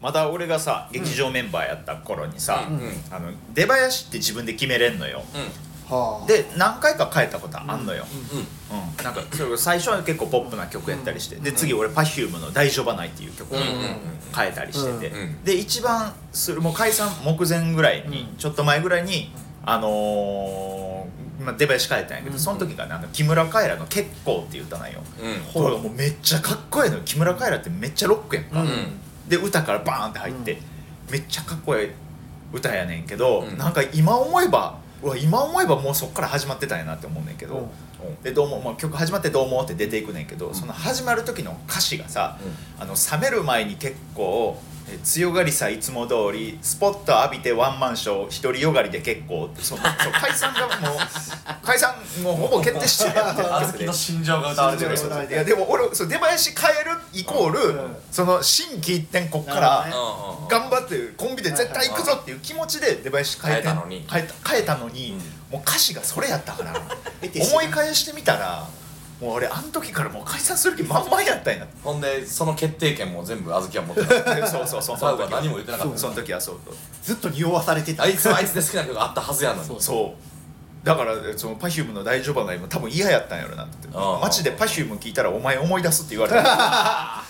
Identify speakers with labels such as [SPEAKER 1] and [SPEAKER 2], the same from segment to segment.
[SPEAKER 1] まだ俺がさ劇場メンバーやった頃にさ、
[SPEAKER 2] うんうん
[SPEAKER 1] あの出囃子って自分で決めれんのよ、
[SPEAKER 3] はあ
[SPEAKER 1] で何回か変えたことあんのよ、
[SPEAKER 2] うん
[SPEAKER 1] うん、なんかそれ最初は結構ポップな曲やったりして、で次俺 Perfume の「大丈夫はない」っていう曲を
[SPEAKER 2] うんうんうん
[SPEAKER 1] 変えたりしてて、
[SPEAKER 2] うんうん
[SPEAKER 1] で一番するもう解散目前ぐらいに、
[SPEAKER 3] うん
[SPEAKER 1] ちょっと前ぐらいにあのーまあ、出囃子変えたんやけど、その時がねあの木村カエラの「結構」っていう歌なんよ、
[SPEAKER 2] うん
[SPEAKER 1] これがもうめっちゃかっこいいのよ木村カエラってめっちゃロックやんか、
[SPEAKER 3] うん
[SPEAKER 1] で歌からバーンって入って、めっちゃかっこいい歌やねんけど、
[SPEAKER 2] うん
[SPEAKER 1] なんか今思えばうわ今思えばもうそっから始まってたんやなって思うねんけど、
[SPEAKER 3] うん
[SPEAKER 1] でどうも、まあ、曲始まって「どうも」って出ていくねんけど、その始まる時の歌詞がさ、あの冷める前に結構え強がりさいつも通りスポット浴びてワンマンショー独りよがりで結構ってそのそう解散がもう解散もうほぼ決定してるやんって
[SPEAKER 4] あの時の心情が歌われてる
[SPEAKER 3] 心情が歌われ
[SPEAKER 1] いやでも俺そう出囃子変えるイコール、
[SPEAKER 3] うん
[SPEAKER 1] その心機一転こっか
[SPEAKER 3] な
[SPEAKER 1] ら
[SPEAKER 3] る
[SPEAKER 2] うん
[SPEAKER 1] 頑張ってコンビで絶対行くぞっていう気持ちで出囃子変えて
[SPEAKER 2] 変えたのに
[SPEAKER 1] 変えた変えたのに、もう歌詞がそれやったから 思い返してみたらもう俺あの時からもう解散する気満々やったんや
[SPEAKER 2] ほんでその決定権も全部小豆は持って た
[SPEAKER 1] そうそうそうそ
[SPEAKER 2] サ
[SPEAKER 1] の
[SPEAKER 2] ウは
[SPEAKER 1] 時
[SPEAKER 2] 何
[SPEAKER 1] は
[SPEAKER 2] も言ってなかった
[SPEAKER 1] その時はそう
[SPEAKER 3] ずっと匂わされてた
[SPEAKER 2] あいつはあいつで好きな曲があったはずやのに
[SPEAKER 1] そうだからその Perfume の大丈夫はないも多分嫌やったんやろなって
[SPEAKER 2] ああ
[SPEAKER 1] 街で Perfume 聞いたらお前思い出すって言われた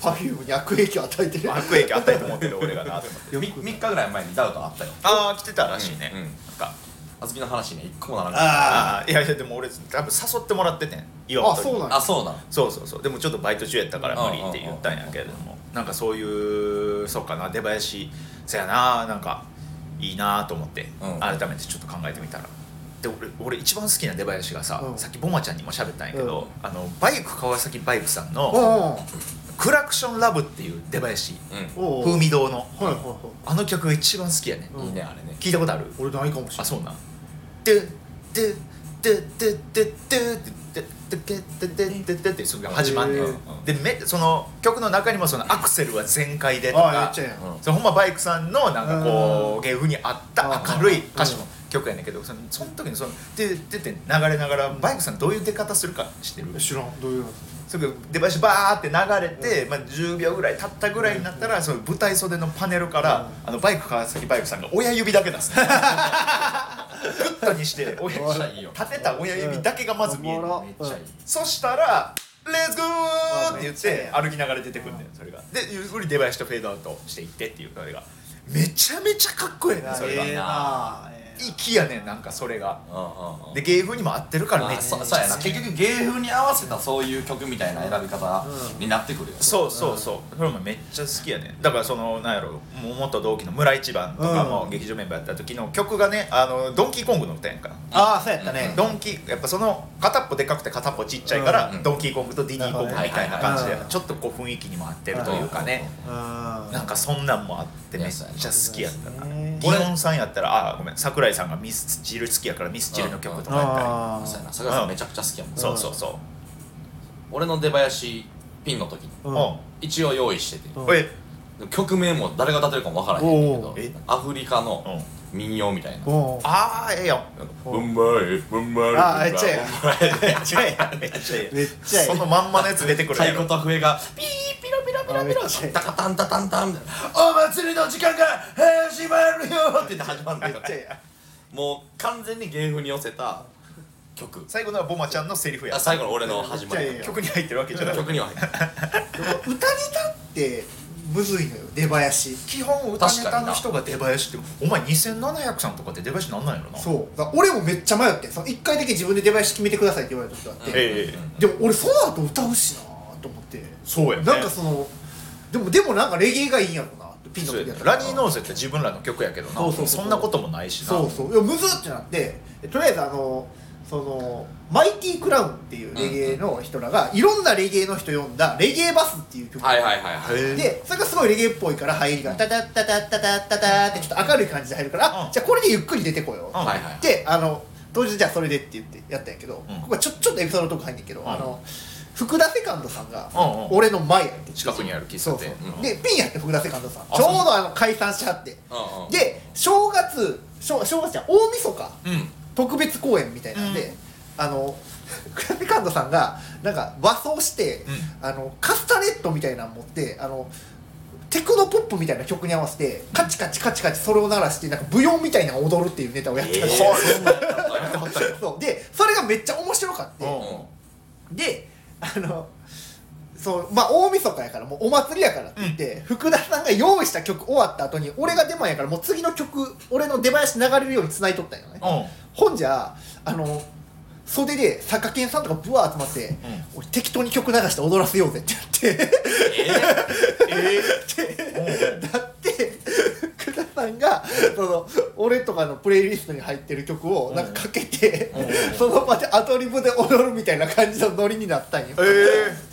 [SPEAKER 3] パフュームに悪影響与えてる
[SPEAKER 1] 悪影響あったんやと思ってる俺がなと思って
[SPEAKER 2] み3日ぐらい前にダウトあったよ
[SPEAKER 1] ああ来てたらしいね、
[SPEAKER 2] うんうん
[SPEAKER 1] なんか
[SPEAKER 2] 小豆の話ね一個もならなかっ
[SPEAKER 1] ああいやいやでも俺多分誘ってもらっててん岩
[SPEAKER 3] あ
[SPEAKER 1] 本に
[SPEAKER 3] そうなん
[SPEAKER 2] たあそうなの
[SPEAKER 1] そうそうそうでもちょっとバイト中やったから無理って言ったんやけれどもなんかそういうそうかな出囃子そやななんかいいなと思って、
[SPEAKER 2] うん
[SPEAKER 1] 改めてちょっと考えてみたらで俺俺一番好きな出囃子がさ、
[SPEAKER 3] うん
[SPEAKER 1] さっきボマちゃんにも喋ったんやけど、あのバイク川崎バイクさん
[SPEAKER 3] おう
[SPEAKER 1] の
[SPEAKER 3] おう
[SPEAKER 1] 「クラクションラブ」っていう出囃子
[SPEAKER 2] う
[SPEAKER 3] おう
[SPEAKER 1] 風味堂の
[SPEAKER 3] はいはいは
[SPEAKER 1] あの曲が一番好きやね、
[SPEAKER 2] んいいねあれね
[SPEAKER 1] 聞いたことある
[SPEAKER 3] い俺ないかも
[SPEAKER 1] あ
[SPEAKER 3] しれない
[SPEAKER 1] そうなんででででででででででででってそれが始まんねん
[SPEAKER 3] へ
[SPEAKER 1] でめその曲の中にもそのアクセルは全開でと
[SPEAKER 3] ああや
[SPEAKER 1] か
[SPEAKER 3] っちゃえやん
[SPEAKER 2] うん
[SPEAKER 1] そのほんまバイクさんのなんかこ
[SPEAKER 3] う
[SPEAKER 1] うん芸風に合った明るい歌詞の曲やねんけどそのその時にそのででで流れながらバイクさんどういう出方するか知ってる
[SPEAKER 3] 知らんどういうの
[SPEAKER 1] それが出囃子バーって流れて、まあ、10秒ぐらい経ったぐらいになったら、その舞台袖のパネルから、あのバイク川崎バイクさんが親指だけ出すグッとにして親
[SPEAKER 2] めっちゃいいよ
[SPEAKER 1] 立てた親指だけがまず見える
[SPEAKER 3] おもろ
[SPEAKER 2] めっちゃいい
[SPEAKER 1] そしたら「レッツゴー!」って言っ
[SPEAKER 3] めっちゃい
[SPEAKER 1] て
[SPEAKER 3] い
[SPEAKER 1] 歩きながら出てくるんだよそれがでゆっくり出囃子とフェードアウトしていってっていうそれがめちゃめちゃかっこいいねそれが
[SPEAKER 3] ええなええ
[SPEAKER 1] 粋やねんなんかそれが
[SPEAKER 2] うんうんうん
[SPEAKER 1] で芸風にも合ってるからめっ
[SPEAKER 2] あ
[SPEAKER 1] ちゃ
[SPEAKER 2] そそうやな結局芸風に合わせたそういう曲みたいな選び方になってくるよ
[SPEAKER 1] そうそうそうそれもめっちゃ好きやねだからそのなんやろもう元同期の村一番とかも
[SPEAKER 3] うん
[SPEAKER 1] 劇場メンバーやった時の曲がねあのドンキーコングの歌やんか
[SPEAKER 3] ああそうやったね
[SPEAKER 1] ドンキやっぱその片っぽでかくて片っぽちっちゃいから、
[SPEAKER 2] うん
[SPEAKER 1] ドンキーコングとディディーコングみたいな感じでちょっとこう雰囲気にも合ってるというかね、
[SPEAKER 3] うん
[SPEAKER 1] なんかそんなんもあってめっちゃ好きやったな、
[SPEAKER 3] ね
[SPEAKER 1] ギオンさんやったらあごめん桜井さんがミスチル好きやからミスチルの曲とかやったり、
[SPEAKER 3] あ
[SPEAKER 2] そうやな桜井さんめちゃくちゃ好きやもん
[SPEAKER 1] そうそうそ
[SPEAKER 2] 俺の出囃子ピンの時に
[SPEAKER 3] あ
[SPEAKER 1] う、
[SPEAKER 3] う
[SPEAKER 1] うんん
[SPEAKER 2] 一応用意してて
[SPEAKER 3] うん
[SPEAKER 1] おい
[SPEAKER 2] 曲名も誰が歌ってるかもわからへん
[SPEAKER 3] おう
[SPEAKER 2] け
[SPEAKER 1] え
[SPEAKER 2] どアフリカの
[SPEAKER 1] うん
[SPEAKER 2] 民謡みたいな
[SPEAKER 3] おう
[SPEAKER 1] ああええやん
[SPEAKER 2] 「うまいうまい」
[SPEAKER 3] あめっちゃえ
[SPEAKER 1] めっちゃええやんめっちゃええやん
[SPEAKER 3] めっちゃええ
[SPEAKER 1] そのまんまのやつ出てくる
[SPEAKER 2] 太
[SPEAKER 1] やろ
[SPEAKER 2] 鼓と笛がピーピロピロピロピ
[SPEAKER 3] あめっちゃえ
[SPEAKER 2] ロ
[SPEAKER 3] え
[SPEAKER 2] タカタンタタンタンみたいなお祭りの時間が始まるよって言って始まるんだよ
[SPEAKER 3] めっちゃええやん
[SPEAKER 2] もう完全に芸風に寄せた曲
[SPEAKER 1] 最後のはボマちゃんのセリフや
[SPEAKER 2] あ最後の俺の始まり
[SPEAKER 3] めっちゃええやん
[SPEAKER 1] 曲に入ってるわけじゃない
[SPEAKER 2] 曲には入ってない
[SPEAKER 3] 歌ネタってむずいのよ出囃子
[SPEAKER 1] 基本歌ネタの人が出囃子ってお前2700さんとかって出囃子なんなんやろなう
[SPEAKER 3] そうだから俺もめっちゃ迷ってその1回だけ自分で出囃子決めてくださいって言われた時があって、
[SPEAKER 1] ええ
[SPEAKER 3] でも俺その後歌うしなと思って
[SPEAKER 1] そうやね
[SPEAKER 3] なんかそのでもでもなんかレゲエがいいんやろなってピンの
[SPEAKER 1] そう
[SPEAKER 3] 時
[SPEAKER 1] や
[SPEAKER 3] だ
[SPEAKER 1] ね
[SPEAKER 3] ったから
[SPEAKER 1] ラニーノーゼって自分らの曲やけどな
[SPEAKER 3] そうそうそう
[SPEAKER 1] そんなこともないしな
[SPEAKER 3] そうそういやむずってなってとりあえずあのそのマイティクラウンっていうレゲエの人らが、いろんなレゲエの人呼んだ「レゲエバス」っていう曲、
[SPEAKER 2] はいはいはいはい
[SPEAKER 1] へえ
[SPEAKER 3] でそれがすごいレゲエっぽいから入りが「タタッタタッタタッタタ」ってちょっと明るい感じで入るから、
[SPEAKER 1] うん
[SPEAKER 3] じゃあこれでゆっくり出てこよう、
[SPEAKER 1] うん
[SPEAKER 2] はいはい
[SPEAKER 3] であの当日じゃあそれでって言ってやったんやけど、
[SPEAKER 1] うん
[SPEAKER 3] ここはちょちょっとエピソードのとこ入んねんけど、
[SPEAKER 1] ん
[SPEAKER 3] あの福田セカンドさんが
[SPEAKER 1] うんうん
[SPEAKER 3] 俺の前やって
[SPEAKER 1] 近くにある喫
[SPEAKER 3] そ
[SPEAKER 1] 茶
[SPEAKER 3] うそう
[SPEAKER 1] 店、うん
[SPEAKER 3] でピンやって福田セカンドさん
[SPEAKER 2] あ
[SPEAKER 3] ちょうどあの解散しはって、
[SPEAKER 2] うんうん
[SPEAKER 3] で正月正正月じゃん大晦日
[SPEAKER 2] うん
[SPEAKER 3] 特別公演みたいなんで、
[SPEAKER 1] うん
[SPEAKER 3] あの クラピカンドさんがなんか和装して、あのカスタネットみたいなの持ってあのテクノポップみたいな曲に合わせてカチカチカチカチそれを鳴らしてなんか舞踊みたいなのを踊るっていうネタをやってたんですよ、そうでそれがめっちゃ面白かって、であのそうまあ大晦日やからもうお祭りやからって言って、福田さんが用意した曲終わった後に俺が出番やからもう次の曲俺の出囃子流れるように繋いとったんよね、ほんじゃあの袖で作家犬さんとかぶわー集まって、俺適当に曲流して踊らせようぜって言ってだって福田さんがその俺とかのプレイリストに入ってる曲をなんかかけてその場でアドリブで踊るみたいな感じのノリになったんよで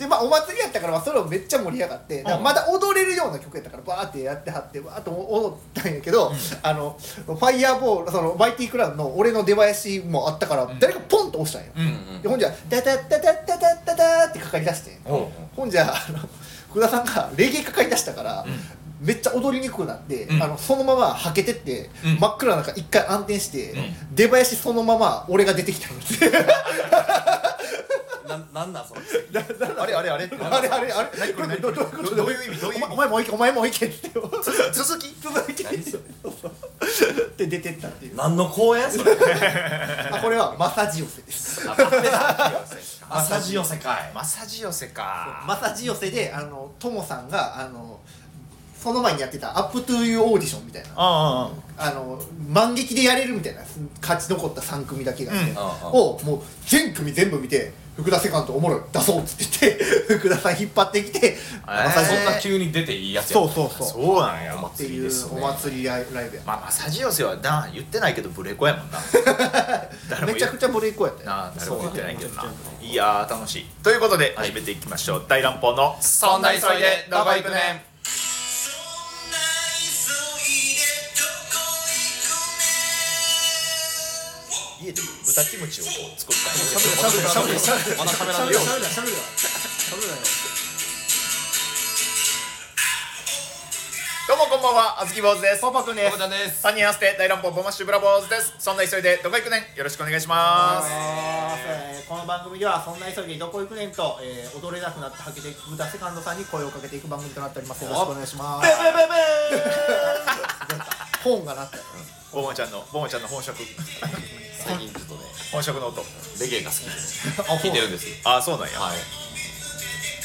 [SPEAKER 3] まあお祭りやったからまあそれをめっちゃ盛り上がってだからまだ踊れるような曲やったからバーってやってはってバーっと踊ったんやけどあのファイヤーボールそのマイティクラウンの俺の出囃子もあったから誰かポンと押したんよでほんじゃ「ダダッダダッダダッダダ」ってかかりだしてほんじゃあの福田さんがレゲエかかりだしたから、めっちゃ踊りにくくなって、
[SPEAKER 1] うん
[SPEAKER 3] あのそのままはけてって、
[SPEAKER 1] うん
[SPEAKER 3] 真っ暗な中一回暗転して、
[SPEAKER 1] う
[SPEAKER 3] 出囃子そのまま俺が出てきたんですよ
[SPEAKER 2] ななんなんそれ
[SPEAKER 1] あれあれあれって
[SPEAKER 3] あれあれあれ
[SPEAKER 1] 何これ何
[SPEAKER 3] どどどど
[SPEAKER 1] どどういう意味どういう意
[SPEAKER 3] お前
[SPEAKER 1] 味
[SPEAKER 3] お前もういけお前もういけって続
[SPEAKER 1] 続き
[SPEAKER 3] き
[SPEAKER 2] 何それ
[SPEAKER 3] って出てったっていう
[SPEAKER 2] 何の公演それ
[SPEAKER 3] あこれはマサジ寄せです
[SPEAKER 2] マサジの世界
[SPEAKER 1] マサジ寄せか
[SPEAKER 3] マサジ寄せであのトモさんがあのその前にやってた「アップトゥーユーオーディションみたいな
[SPEAKER 1] あ
[SPEAKER 3] あの満劇でやれるみたいな勝ち残った3組だけが、
[SPEAKER 1] うん
[SPEAKER 3] をもう全組全部見て福田セカンドおもろい出そうっつって言って福田さん引っ張ってきて、
[SPEAKER 1] ー
[SPEAKER 3] マサジ
[SPEAKER 1] そ
[SPEAKER 2] そんな急に出ていいやつや
[SPEAKER 3] そうそう
[SPEAKER 1] あ
[SPEAKER 3] そう
[SPEAKER 1] そうなんや
[SPEAKER 3] って
[SPEAKER 2] 祭り
[SPEAKER 3] い
[SPEAKER 2] で
[SPEAKER 3] う
[SPEAKER 2] すね
[SPEAKER 3] お祭りライブやった、
[SPEAKER 1] まあマサジ寄せはな言ってないけどブレコやもんな誰も
[SPEAKER 3] めち
[SPEAKER 1] 言
[SPEAKER 3] ゃ
[SPEAKER 1] う
[SPEAKER 3] くちゃブレイクやったよ
[SPEAKER 1] なあ誰も言ってないけどな
[SPEAKER 3] そう
[SPEAKER 1] いやー楽しいということで始めていきましょう大乱暴の「そんな急いでどこ行くねん」家で豚キムチをこう作ったんや
[SPEAKER 2] しゃべるしゃべるまだカメラのよ
[SPEAKER 3] べるしゃべる
[SPEAKER 1] どうもこんばんはあずき坊主ですパパくんで
[SPEAKER 2] パパちゃんです
[SPEAKER 1] 三人合わせて大乱暴ボマッシュブラボーズですそんな急いでどこ行くねんよろしくお願いします
[SPEAKER 3] えーこの番組ではそんな急ぎでどこ行くねんと、えー踊れなくなったはけて福田セカンドさんに声をかけていく番組となっておりますよろしくお願いします本がなったよ
[SPEAKER 1] ボマちゃんのボマちゃんの本職
[SPEAKER 2] 最近ちょっとね
[SPEAKER 1] 本職の音
[SPEAKER 2] レゲエが好きで
[SPEAKER 3] あ
[SPEAKER 2] 聞いてるんですよ
[SPEAKER 1] ああそうなんや
[SPEAKER 2] はい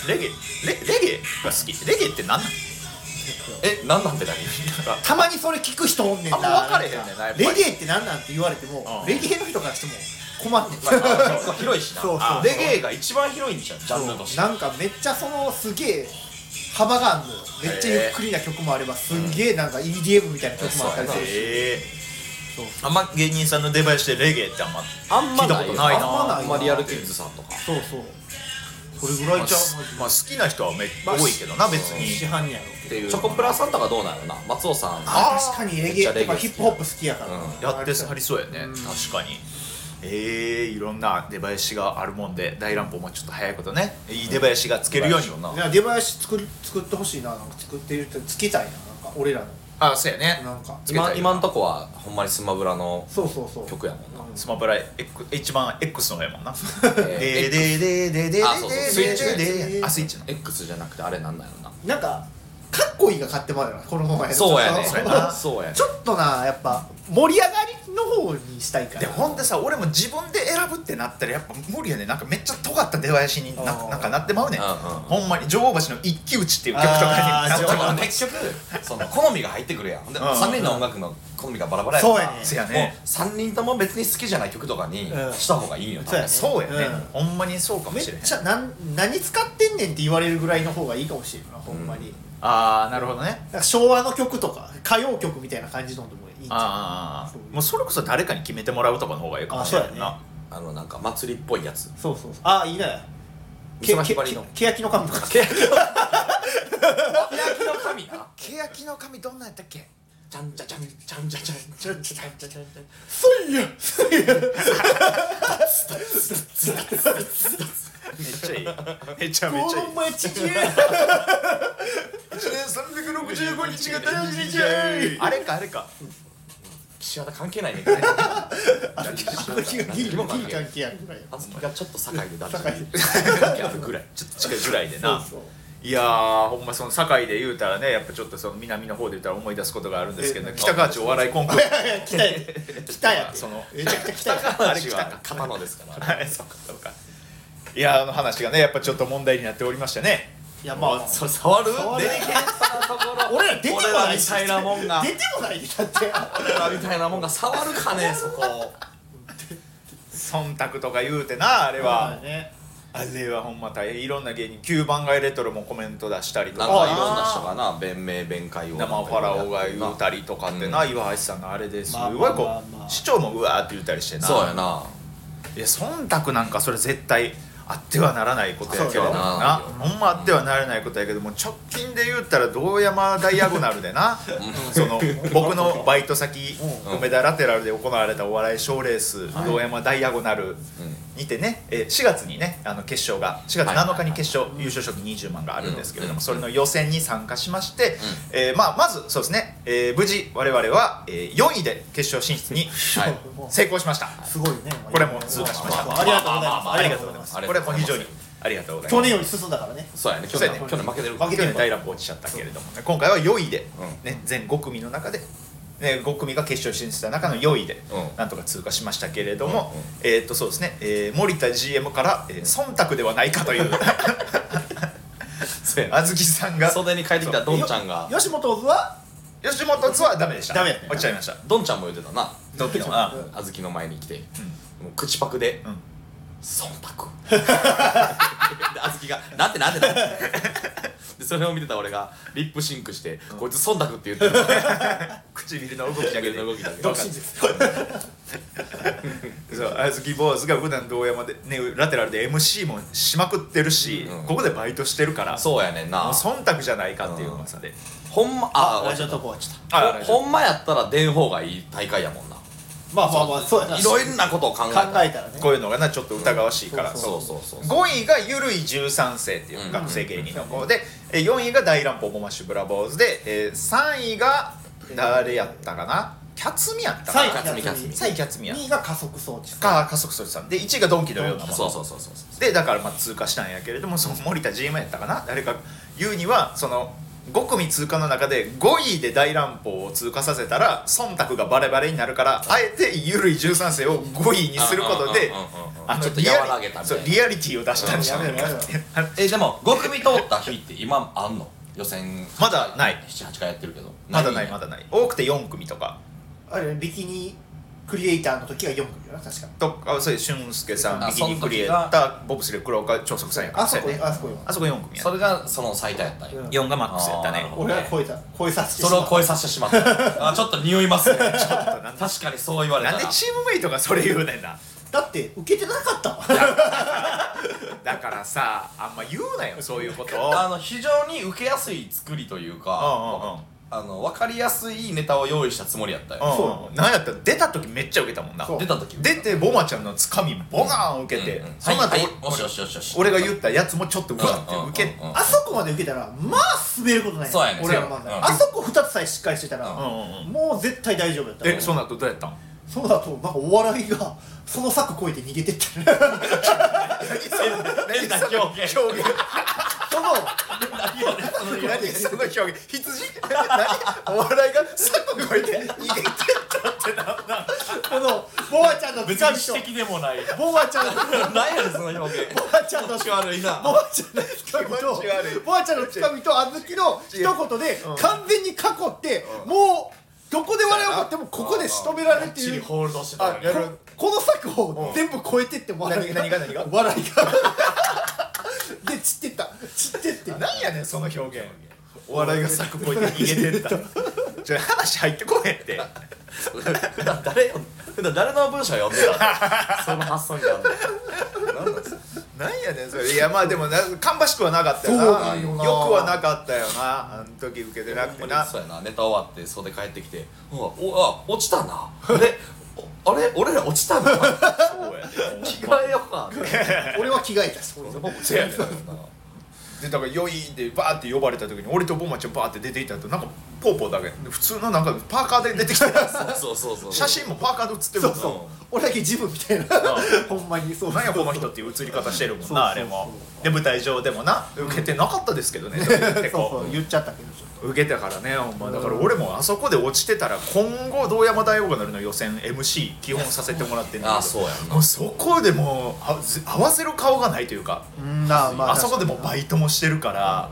[SPEAKER 1] レゲエレレゲエが好きレゲエって何なん
[SPEAKER 2] えなんなんて何
[SPEAKER 3] たまにそれ聞く人おんねんな
[SPEAKER 1] あんま分かれへんねんなやっぱり
[SPEAKER 3] レゲエってなんなんって言われても、
[SPEAKER 1] うん
[SPEAKER 3] レゲエの人からしても困んねん、
[SPEAKER 2] そう広いしな
[SPEAKER 3] そうそう
[SPEAKER 2] あレゲエが一番広いんじゃんジャンルとして
[SPEAKER 3] なんかめっちゃそのすげえ幅があるのよめっちゃゆっくりな曲もあればすんげえなんか EDM みたいな曲もあったりするし
[SPEAKER 1] え
[SPEAKER 3] そう
[SPEAKER 1] あんま芸人さんの出囃子でレゲエってあんま
[SPEAKER 2] あんま
[SPEAKER 1] 聞いた
[SPEAKER 2] な
[SPEAKER 1] こ
[SPEAKER 2] い
[SPEAKER 1] と
[SPEAKER 2] よ
[SPEAKER 1] ないな
[SPEAKER 2] あんまリア
[SPEAKER 3] あんまないな
[SPEAKER 2] ルキッズさんとか
[SPEAKER 3] そうそうそれぐらいちゃう
[SPEAKER 1] まあ、好きな人はめっ
[SPEAKER 2] まあ
[SPEAKER 1] 多いけどな別
[SPEAKER 3] 市
[SPEAKER 1] に
[SPEAKER 3] 販にやろう
[SPEAKER 2] っ
[SPEAKER 3] けど
[SPEAKER 2] ていうチョコプラさんとかどうなのな松尾さん
[SPEAKER 3] あ
[SPEAKER 1] あー
[SPEAKER 3] 確かにレゲエとか
[SPEAKER 2] めっち
[SPEAKER 3] ヒ
[SPEAKER 2] ゃレゲエ好き
[SPEAKER 3] ップホップ好きやから、
[SPEAKER 2] うん
[SPEAKER 1] やってはりそうやね、
[SPEAKER 3] うん
[SPEAKER 1] 確かにえー、いろんな出囃子があるもんで大乱暴もちょっと早いことねいい出囃子がつけるように
[SPEAKER 2] 出囃子を
[SPEAKER 3] いや出囃子作り作ってほしいななんか作ってるってつけたいななんか俺らの
[SPEAKER 1] あそうやね
[SPEAKER 3] なんか
[SPEAKER 1] つけた
[SPEAKER 2] 今
[SPEAKER 1] い
[SPEAKER 2] 今んとこはほんまにスマブラの
[SPEAKER 3] そうそうそう
[SPEAKER 2] 曲やもんな
[SPEAKER 1] スマブラ X 一番 X の方やもんな
[SPEAKER 2] ー
[SPEAKER 1] ででででででで
[SPEAKER 2] あそうそうスイッチ
[SPEAKER 1] で
[SPEAKER 2] ね
[SPEAKER 1] でであスイッチの
[SPEAKER 2] X じゃなくてあれなんだよな
[SPEAKER 3] なんかかっこいいが買ってもらうよなこのままや
[SPEAKER 2] そうやね
[SPEAKER 1] そうやな
[SPEAKER 2] そうやね
[SPEAKER 3] ちょっとなやっぱ盛り上がりの方にしたいから
[SPEAKER 1] でほんでさ俺も自分で選ぶってなったらやっぱ無理やねなんかめっちゃ尖った出囃子にな
[SPEAKER 3] あー
[SPEAKER 1] なんかなってまうねん
[SPEAKER 2] うんうん
[SPEAKER 1] ほんまに女王橋の一騎打ちっていう曲とかにな
[SPEAKER 3] あ
[SPEAKER 1] っ
[SPEAKER 3] ー
[SPEAKER 1] て
[SPEAKER 2] で
[SPEAKER 3] 女
[SPEAKER 1] ま
[SPEAKER 3] 王
[SPEAKER 1] う
[SPEAKER 3] 橋
[SPEAKER 2] も結局その好みが入ってくるやんほんで
[SPEAKER 1] うん
[SPEAKER 2] 3人の音楽の好みがバラバラやから
[SPEAKER 3] そうやね
[SPEAKER 1] せや
[SPEAKER 2] も
[SPEAKER 1] ね
[SPEAKER 2] う3人とも別に好きじゃない曲とかに
[SPEAKER 3] うん
[SPEAKER 2] した方がいいよ多
[SPEAKER 3] そうや
[SPEAKER 2] 分
[SPEAKER 3] ね
[SPEAKER 1] そうやね、
[SPEAKER 3] う
[SPEAKER 1] ほんまにそうかも
[SPEAKER 3] めっ
[SPEAKER 1] しれへん
[SPEAKER 3] ちゃなん何使ってんねんって言われるぐらいの方がいいかもしれんなほんまに、
[SPEAKER 1] ああなるほどね
[SPEAKER 3] なんか昭和の曲とか歌謡曲みたいな感じのでもいいんじゃ
[SPEAKER 1] あ
[SPEAKER 3] そう
[SPEAKER 1] あもうそれこそ誰かに決めてもらうとかの方がいいかもしれない
[SPEAKER 3] あ
[SPEAKER 1] な
[SPEAKER 2] あのなんか祭りっぽいやつ
[SPEAKER 3] んそうそうそうああいいね
[SPEAKER 2] 美空ひばりの
[SPEAKER 3] け欅の神とか
[SPEAKER 2] 欅の神な
[SPEAKER 1] 欅の髪どんなんやったっけ
[SPEAKER 2] ちゃんちゃちゃんちゃんちゃちゃんちゃんちゃちゃんちゃちゃんちゃん
[SPEAKER 3] そういやそういや
[SPEAKER 1] めっちゃいいめちゃめ
[SPEAKER 3] こ
[SPEAKER 1] ちゃいい
[SPEAKER 3] の前ちぎれ
[SPEAKER 1] 1年365日が
[SPEAKER 3] 大事にしよう
[SPEAKER 1] あれかあれか
[SPEAKER 2] 岸和田関係ないねんけどね
[SPEAKER 3] あの日がギリギリ関係あるぐらいよ
[SPEAKER 2] あずきがちょっと境でだっち
[SPEAKER 3] 境
[SPEAKER 2] 関係あるぐらい
[SPEAKER 1] ちょっと近いぐらいでな
[SPEAKER 3] そうそう
[SPEAKER 1] いやーほんまその堺で言うたらねやっぱちょっとその南の方で言ったら思い出すことがあるんですけど、北河内お笑いコンクール
[SPEAKER 3] 北やで北やで
[SPEAKER 1] その
[SPEAKER 3] めちゃくちゃ北やで
[SPEAKER 1] あれ来たか
[SPEAKER 2] 片野ですから
[SPEAKER 1] はいそうかそうかいやーあの話がねやっぱちょっと問題になっておりましたね
[SPEAKER 3] いやまあ
[SPEAKER 2] それ触る
[SPEAKER 3] 触る
[SPEAKER 2] デリケートなとこ ろ
[SPEAKER 3] 俺ら出ても
[SPEAKER 2] 俺
[SPEAKER 3] な
[SPEAKER 2] ら
[SPEAKER 3] い
[SPEAKER 2] み
[SPEAKER 3] した
[SPEAKER 2] いなもんが
[SPEAKER 3] 出てもないでだって
[SPEAKER 2] 俺らみたいなもんが触るかねそこを
[SPEAKER 1] 忖度とか言うてなあれは、
[SPEAKER 3] ね
[SPEAKER 1] あれはほんま大変いろんな芸人9番街レトロもコメント出したりと
[SPEAKER 2] なん
[SPEAKER 1] か
[SPEAKER 2] かいろんな人がな弁明弁解を
[SPEAKER 1] 生ファラオが言うたりとかってな、
[SPEAKER 2] う
[SPEAKER 1] 岩橋さんのあれです
[SPEAKER 3] まあ
[SPEAKER 1] ごいこう、
[SPEAKER 3] まあまあまあ
[SPEAKER 1] 市長もうわーって言ったりしてな
[SPEAKER 2] そうやない
[SPEAKER 1] や忖度なんかそれ絶対あってはならないことやけどな
[SPEAKER 2] そうやな
[SPEAKER 1] ほんまあってはならないことやけども直近で言ったら堂山ダイアゴナルでなその僕 のバイト先
[SPEAKER 2] うん
[SPEAKER 1] 梅田ラテラルで行われたお笑い賞ーレース堂山ダイアゴナルにてねえー4月にねあの決勝が4月7日に決勝優勝賞金20万があるんですけれど
[SPEAKER 2] うん
[SPEAKER 1] もそれの予選に参加しましてえーまあまずそうですねえー無事我々はえー4位で決勝進出に
[SPEAKER 2] はい
[SPEAKER 3] もう
[SPEAKER 1] 成功しました。
[SPEAKER 3] すごいね
[SPEAKER 1] これも通過しました
[SPEAKER 3] ありがとうございます
[SPEAKER 1] ありがとうございます。
[SPEAKER 2] あり
[SPEAKER 1] こ
[SPEAKER 2] が
[SPEAKER 1] れ
[SPEAKER 2] とう
[SPEAKER 1] も
[SPEAKER 2] ござ
[SPEAKER 1] 非
[SPEAKER 2] います
[SPEAKER 1] 常にありがとうございます。
[SPEAKER 3] 去年より進んだからね
[SPEAKER 2] そうやね去
[SPEAKER 1] そう
[SPEAKER 2] 年
[SPEAKER 1] やね
[SPEAKER 2] 去年負けてる
[SPEAKER 1] 負けてる大落落ちちゃったけれどもね、今回は4位で、
[SPEAKER 2] う
[SPEAKER 1] ね、全5組の中で、ね、5組が決勝進出した中の4位で、
[SPEAKER 2] うん
[SPEAKER 1] なんとか通過しましたけれども、
[SPEAKER 2] うんうん
[SPEAKER 1] えーっとそうですね、えー森田 GM から、えー忖度ではないかという
[SPEAKER 2] そうやな
[SPEAKER 1] あずきさんが
[SPEAKER 2] 袖に帰ってきたどんちゃんが
[SPEAKER 3] よ吉本は
[SPEAKER 1] 吉本ツアーダメでした
[SPEAKER 3] ダメやった
[SPEAKER 1] 落ちちゃいました
[SPEAKER 2] どんちゃんも言ってたな
[SPEAKER 1] どっちもあ
[SPEAKER 3] うん
[SPEAKER 2] 小豆の前に来て、もう口パクで
[SPEAKER 1] うん
[SPEAKER 2] 「忖度」 で小豆が「なんてなんてなんて」 でそれを見てた俺がリップシンクして「こいつ忖度」って言ってる
[SPEAKER 1] 唇の動きだ けで
[SPEAKER 2] 唇の動きだけで
[SPEAKER 1] どうか そうあずき坊主が普段堂山で、ね、ラテラルで MC もしまくってるし、
[SPEAKER 2] うん
[SPEAKER 1] ここでバイトしてるから
[SPEAKER 2] そうやねん
[SPEAKER 1] もう
[SPEAKER 2] な
[SPEAKER 1] 忖度じゃないかっていう噂で、
[SPEAKER 2] ほんま
[SPEAKER 3] あラ
[SPEAKER 2] あ俺
[SPEAKER 3] ジオトーク終わっちゃった
[SPEAKER 1] あ
[SPEAKER 2] ほんまやったら出ん方がいい大会やもんな
[SPEAKER 3] まあまあまあそうやない
[SPEAKER 2] ろいろなことを考え
[SPEAKER 3] 考
[SPEAKER 2] た
[SPEAKER 3] えたらね
[SPEAKER 1] こういうのがなちょっと疑わしいから、
[SPEAKER 3] うん
[SPEAKER 2] そうそうそうそう
[SPEAKER 1] 5位がゆるい13世っていう学生芸人の方で、え4位が大乱歩モマッシュブラボーズで、え3位が誰やったかなキャツミやったか
[SPEAKER 3] 3
[SPEAKER 1] な
[SPEAKER 3] 位
[SPEAKER 2] 勝美
[SPEAKER 3] キャ
[SPEAKER 2] 勝美
[SPEAKER 1] 3位キャツミや
[SPEAKER 3] 2位が加速装置
[SPEAKER 1] か加速装置さんで1位がドンキのようなもの
[SPEAKER 2] そうそうそうそう
[SPEAKER 1] でだからまあ通過したんやけれどもその森田 GM やったかな誰か言うにはその5組通過の中で5位で大乱歩を通過させたら忖度がバレバレになるからあえてゆるい13世を5位にすることで
[SPEAKER 2] うんうんうんうんうん
[SPEAKER 1] あの
[SPEAKER 2] ちょっと
[SPEAKER 1] リアリ
[SPEAKER 2] 和らげたみた
[SPEAKER 1] そ
[SPEAKER 2] いうな
[SPEAKER 1] リアリティを出したんじゃないかっていうあの
[SPEAKER 2] えでも5組通った日って今あんの予選
[SPEAKER 1] まだない
[SPEAKER 2] 78回やってるけど
[SPEAKER 1] まだないまだない多くて4組とか
[SPEAKER 3] あれねビキニクリエイターの時が4組だな確か
[SPEAKER 1] とかそうです俊介さん
[SPEAKER 2] あ
[SPEAKER 1] ビキニクリエイタ
[SPEAKER 2] その
[SPEAKER 1] ーボブスレー黒岡長足さんやから
[SPEAKER 3] あそこ
[SPEAKER 1] そうやね
[SPEAKER 3] あそこよ
[SPEAKER 1] あそこ4組や
[SPEAKER 2] それがその最多やったんや
[SPEAKER 3] うん
[SPEAKER 1] 4がマックスやった
[SPEAKER 2] あーな
[SPEAKER 1] ね
[SPEAKER 2] るほど
[SPEAKER 3] 俺は超えた超えさせて
[SPEAKER 2] それを
[SPEAKER 3] え
[SPEAKER 2] 超えさせてしまったあちょっと匂いますね
[SPEAKER 1] なんで
[SPEAKER 2] 確かにそう言われた
[SPEAKER 1] な
[SPEAKER 2] ら
[SPEAKER 1] んでチームメイトがそれ言うねんな
[SPEAKER 3] だって受けてなかったもん
[SPEAKER 1] だからさあんま言うなよそういうことを
[SPEAKER 2] あの非常に受けやすい作りという
[SPEAKER 1] うんうんう
[SPEAKER 2] か
[SPEAKER 1] ん
[SPEAKER 2] あの分かりやすいネタを用意したつもりやったよ
[SPEAKER 1] そ
[SPEAKER 3] そう
[SPEAKER 1] なんやったら出た時めっちゃ受けたもんな
[SPEAKER 3] そう
[SPEAKER 2] 出た時
[SPEAKER 1] 出てボマちゃんのつかみボガーン受けて、
[SPEAKER 2] うんうん
[SPEAKER 1] その後、
[SPEAKER 2] はいはいよしよしよしよし
[SPEAKER 1] 俺が言ったやつもちょっとうわって受け、
[SPEAKER 2] うんうんうん
[SPEAKER 3] あそこまで受けたらまあ滑ることない
[SPEAKER 2] そうやね
[SPEAKER 3] 俺らの漫
[SPEAKER 2] う
[SPEAKER 3] 才
[SPEAKER 2] ん
[SPEAKER 3] あそこ2つさえしっかりしてたら
[SPEAKER 2] うん
[SPEAKER 1] うんうん
[SPEAKER 3] もう絶対大丈夫やった
[SPEAKER 1] えその後どうやったん
[SPEAKER 3] そうだとなんかお笑いがその策超えて逃げてった
[SPEAKER 2] 変な表現
[SPEAKER 1] その表現
[SPEAKER 3] その
[SPEAKER 1] 何その表現羊 何お笑いが柵越えて逃げてったってなんなん
[SPEAKER 3] このボアちゃんのつ
[SPEAKER 2] 別
[SPEAKER 3] かみ
[SPEAKER 2] に
[SPEAKER 3] と
[SPEAKER 2] 指摘でもない
[SPEAKER 3] ボアちゃんの
[SPEAKER 2] 何やねんその表現
[SPEAKER 3] ボアちゃんの
[SPEAKER 2] 気悪いな
[SPEAKER 3] ボアちゃんのつかみ
[SPEAKER 1] 気持ち悪い
[SPEAKER 3] とボアちゃんのつかみと小豆の一言で完全に囲ってもうどこで笑い起こってもここで仕留められるっていう
[SPEAKER 2] ホールドして
[SPEAKER 3] あ
[SPEAKER 2] た
[SPEAKER 3] ここの策を全部超えてって笑い
[SPEAKER 1] 何が何が何
[SPEAKER 3] 笑いがで散ってった散ってって
[SPEAKER 1] 何やねんその表現お笑いが柵越えて逃げてったちょ話入ってこへんって
[SPEAKER 2] 普段誰よ普段誰の文章読んでたその発想になんだなんだそ
[SPEAKER 1] な
[SPEAKER 2] れ
[SPEAKER 1] んやねんそれいやまあでもな芳しくはなかったよな
[SPEAKER 3] そう
[SPEAKER 2] なん
[SPEAKER 1] よ
[SPEAKER 3] よな
[SPEAKER 1] くはなかったよなあの時受けてなくてな
[SPEAKER 2] そうやなネタ終わって袖帰ってきて「おおあ落ちたな」 で「おあれ俺ら落 ちたな」
[SPEAKER 1] そうやね
[SPEAKER 2] 着替えようかって
[SPEAKER 3] 俺は着替えたしそこで
[SPEAKER 2] そうやねんな
[SPEAKER 1] でだから「よい」でバーって呼ばれた時に俺とボマちゃんバーって出ていった後なんかポーポーだけ普通のなんかパーカーで出てきて た
[SPEAKER 2] そうそうそう
[SPEAKER 1] 写真もパーカーで写ってるも
[SPEAKER 3] そ
[SPEAKER 1] んな
[SPEAKER 3] うそう俺だけジムみたいなほんまにそう
[SPEAKER 1] 何やこの人っていう映り方してるもん
[SPEAKER 3] そうそうそう
[SPEAKER 1] なあれもで舞台上でもな受けてなかったですけどね
[SPEAKER 3] そう
[SPEAKER 1] 結
[SPEAKER 3] そ
[SPEAKER 1] 構
[SPEAKER 3] う言っちゃったけどちょっ
[SPEAKER 1] 受けたからねほんまだから俺もあそこで落ちてたら今後堂山大王がなるの予選 MC 基本させてもらってんだけど
[SPEAKER 2] あそうやんな
[SPEAKER 1] もうそこでもうあず合わせる顔がないというか
[SPEAKER 3] とうんまあまあ
[SPEAKER 1] あそこでもうバイトもしてるから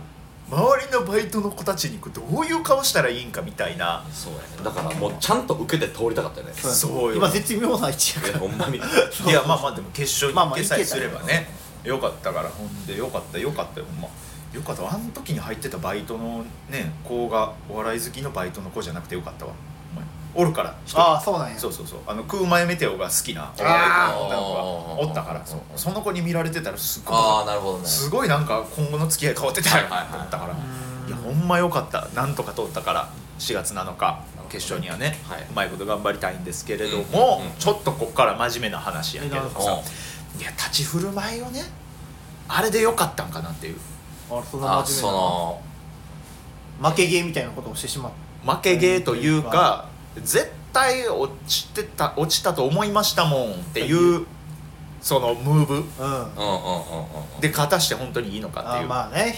[SPEAKER 1] 周りのバイトの子たちにどういう顔したらいいんかみたいな
[SPEAKER 2] そうやねだからもうちゃんと受けて通りたかったよね
[SPEAKER 3] 確かに
[SPEAKER 1] そうよ
[SPEAKER 3] 今絶妙な位置や
[SPEAKER 2] いやほん まに
[SPEAKER 1] いやまあまあでも決勝に
[SPEAKER 3] まあま
[SPEAKER 1] 行
[SPEAKER 3] あ
[SPEAKER 1] けさえすればねよかったからほんでよかったよかったよほんまよかったあの時に入ってたバイトのね子がお笑い好きのバイトの子じゃなくてよかったわほんまにおるから一人
[SPEAKER 3] ああそうなんや
[SPEAKER 1] そうそうそうあの空前メテオが好きなお笑いの女の
[SPEAKER 2] あー
[SPEAKER 1] 子がおったからそうその子に見られてたらすごい
[SPEAKER 2] ああなるほどね
[SPEAKER 1] すごいなんか今後の付き合い変わってたよと思ったから
[SPEAKER 3] い
[SPEAKER 1] いやほんまよかったなんとか通ったから4月7日決勝にはね、
[SPEAKER 2] はいう
[SPEAKER 1] まいこと頑張りたいんですけれども、
[SPEAKER 2] うんうん
[SPEAKER 1] ちょっとこっから真面目な話やけれども
[SPEAKER 2] えな
[SPEAKER 1] さ
[SPEAKER 2] んか
[SPEAKER 1] いや立ち振る舞いをねあれでよかったんかなっていう
[SPEAKER 3] あそんな
[SPEAKER 2] あ
[SPEAKER 3] 真
[SPEAKER 2] そ
[SPEAKER 3] 面
[SPEAKER 2] の
[SPEAKER 3] 目な負けゲーみたいなことをしてしまった
[SPEAKER 1] 負けゲーというか絶対落ちてた落ちたと思いましたもんっていうそのムーブ
[SPEAKER 3] うん
[SPEAKER 2] うんうんうんうんうん
[SPEAKER 1] で勝たして本当にいいのかって
[SPEAKER 3] あ
[SPEAKER 1] いう
[SPEAKER 3] まあね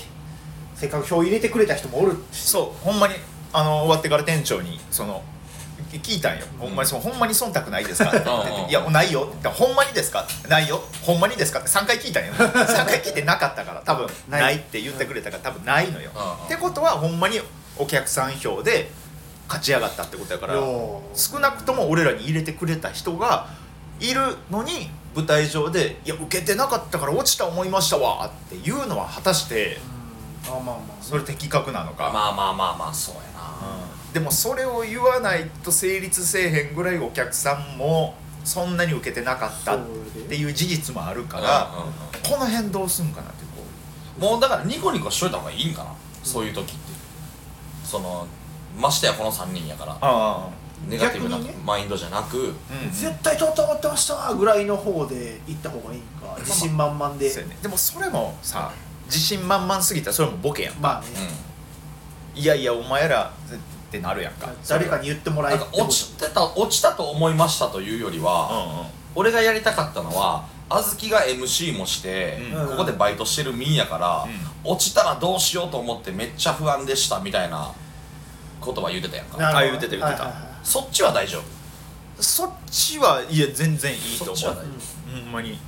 [SPEAKER 3] せっかく票入れてくれた人もおる
[SPEAKER 1] そうほんまにあの終わってから店長にそのき聞いたんよ、ほんまにそうほんまに忖度ないですか?」って言って
[SPEAKER 2] うん
[SPEAKER 1] 「いやないよ」って「ほんまにですか?」ないよほんまにですか?」って3回聞いたんよ3回聞いてなかったから多分
[SPEAKER 3] ない
[SPEAKER 1] ないって言ってくれたから多分ないのよ、
[SPEAKER 2] うんうん
[SPEAKER 1] ってことはほんまにお客さん票で勝ち上がったってことだから
[SPEAKER 3] よう
[SPEAKER 1] 少なくとも俺らに入れてくれた人がいるのに舞台上で「いや受けてなかったから落ちた思いましたわ」っていうのは果たして
[SPEAKER 3] うんあまあまあ
[SPEAKER 1] それ的確なのか、
[SPEAKER 2] まあまあまあまあそうやな
[SPEAKER 1] でもそれを言わないと成立せえへんぐらいお客さんもそんなに受けてなかったっていう事実もあるから
[SPEAKER 2] うんうんうん
[SPEAKER 1] この辺どうすんかなってこ
[SPEAKER 2] もうだからニコニコしといた方がいいんかなそういう時ってそのましてやこの3人やから
[SPEAKER 1] うあ
[SPEAKER 2] ネガティブな
[SPEAKER 3] 逆にね
[SPEAKER 2] マインドじゃなく
[SPEAKER 1] あうん
[SPEAKER 3] 絶対通ったと思ってましたぐらいの方で行った方がいいんか自信満々で
[SPEAKER 1] そうやねでもそれもさ自信満々すぎたらそれもボケやん
[SPEAKER 3] まあね
[SPEAKER 2] う
[SPEAKER 1] いやいやお前らってなるやんか
[SPEAKER 3] 誰かに言っても
[SPEAKER 2] ん
[SPEAKER 3] ら
[SPEAKER 2] な
[SPEAKER 3] え
[SPEAKER 2] ん
[SPEAKER 3] る
[SPEAKER 2] か落ちてた落ちたと思いましたというよりは、
[SPEAKER 1] う
[SPEAKER 2] 俺がやりたかったのはあずきが MC もして、
[SPEAKER 1] うん
[SPEAKER 2] ここでバイトしてるみんやから、落ちたらどうしようと思ってめっちゃ不安でしたみたいなことは言うてたやんか
[SPEAKER 1] あ言うてた言うてた
[SPEAKER 2] そっちは大丈夫
[SPEAKER 1] そっちはいや全然いいと
[SPEAKER 2] そ
[SPEAKER 1] 思
[SPEAKER 2] っちは
[SPEAKER 1] う
[SPEAKER 2] 大丈
[SPEAKER 1] ほんまに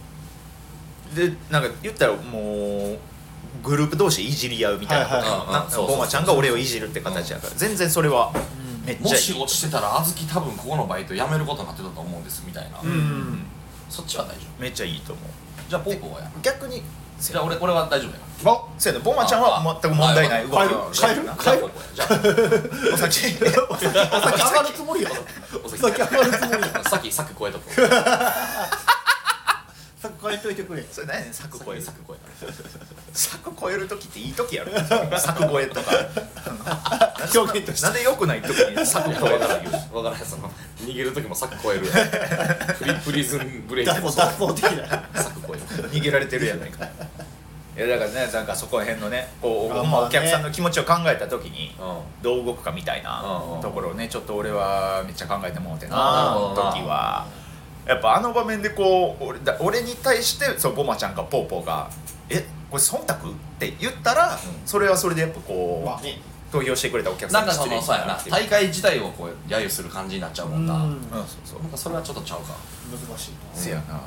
[SPEAKER 1] でなんか言ったらもうグループ同士いじり合うみたいなこと
[SPEAKER 3] はいはい
[SPEAKER 2] はい
[SPEAKER 1] な
[SPEAKER 2] うんそうそうそう
[SPEAKER 1] ボマちゃんが俺をいじるって形やから全然それはめっ
[SPEAKER 2] 夫も
[SPEAKER 1] ちゃ
[SPEAKER 2] し
[SPEAKER 1] いい
[SPEAKER 2] 落ちてたらあずき多分ここのバイト辞めることになってたと思うんですみたいな、
[SPEAKER 1] うんん
[SPEAKER 2] そっちは大丈夫
[SPEAKER 1] めっちゃいいと思う
[SPEAKER 2] じゃあポーポーはや
[SPEAKER 1] 逆にせ
[SPEAKER 2] じゃあ俺俺は大丈夫やな
[SPEAKER 1] あせやなボマちゃんは全く問題ない
[SPEAKER 2] あ
[SPEAKER 1] 動
[SPEAKER 2] あ
[SPEAKER 1] き
[SPEAKER 2] あ
[SPEAKER 1] を
[SPEAKER 2] 帰
[SPEAKER 1] して
[SPEAKER 2] る
[SPEAKER 1] な
[SPEAKER 2] 帰るじゃあポーポーや
[SPEAKER 1] お先
[SPEAKER 3] お酒上がるつもりよ
[SPEAKER 2] じゃあお
[SPEAKER 3] お
[SPEAKER 2] 先
[SPEAKER 3] 酒上がるつもりよ
[SPEAKER 2] さっきさっき超えとこう
[SPEAKER 3] さっきから言っといてくれ
[SPEAKER 1] それ何やねん柵越える
[SPEAKER 2] さっき超えた
[SPEAKER 1] 柵越える時っていい時やろ柵越えとか
[SPEAKER 3] 表現として
[SPEAKER 1] なんで良くない時に柵越え
[SPEAKER 2] わ
[SPEAKER 1] と
[SPEAKER 2] か
[SPEAKER 1] から
[SPEAKER 2] ん
[SPEAKER 1] 言
[SPEAKER 2] よ
[SPEAKER 1] う
[SPEAKER 2] わからんその逃げる時もサック超え るやんフリプリズンブレイ
[SPEAKER 3] 脱
[SPEAKER 2] クも
[SPEAKER 3] 走
[SPEAKER 2] そう
[SPEAKER 3] 脱走的な
[SPEAKER 2] サック超える
[SPEAKER 1] 逃げられてるや ないかいやだからねなんかそこら辺のねこう、
[SPEAKER 3] まあまあね
[SPEAKER 1] まあお客さんの気持ちを考えた時に
[SPEAKER 2] うん
[SPEAKER 1] どう動くかみたい
[SPEAKER 2] うんう
[SPEAKER 1] なんところをねちょっと俺はめっちゃ考えてもうてな
[SPEAKER 2] あ
[SPEAKER 1] あ
[SPEAKER 2] ー
[SPEAKER 1] の時はやっぱあの場面でこう俺だ俺に対してそうボマちゃんかポーポーが「えこれ忖度?」って言ったら、それはそれでやっぱこ
[SPEAKER 3] まあ
[SPEAKER 1] う、
[SPEAKER 3] ね
[SPEAKER 1] 投票してくれたお客さ
[SPEAKER 2] なんん
[SPEAKER 1] に
[SPEAKER 2] かそのそうやな
[SPEAKER 1] 失礼
[SPEAKER 2] 大会自体をこう揶揄する感じになっちゃうもんな
[SPEAKER 3] うん
[SPEAKER 1] うんそうそう
[SPEAKER 2] なんかそれはちょっとちゃうか
[SPEAKER 3] 難しいな
[SPEAKER 1] せやな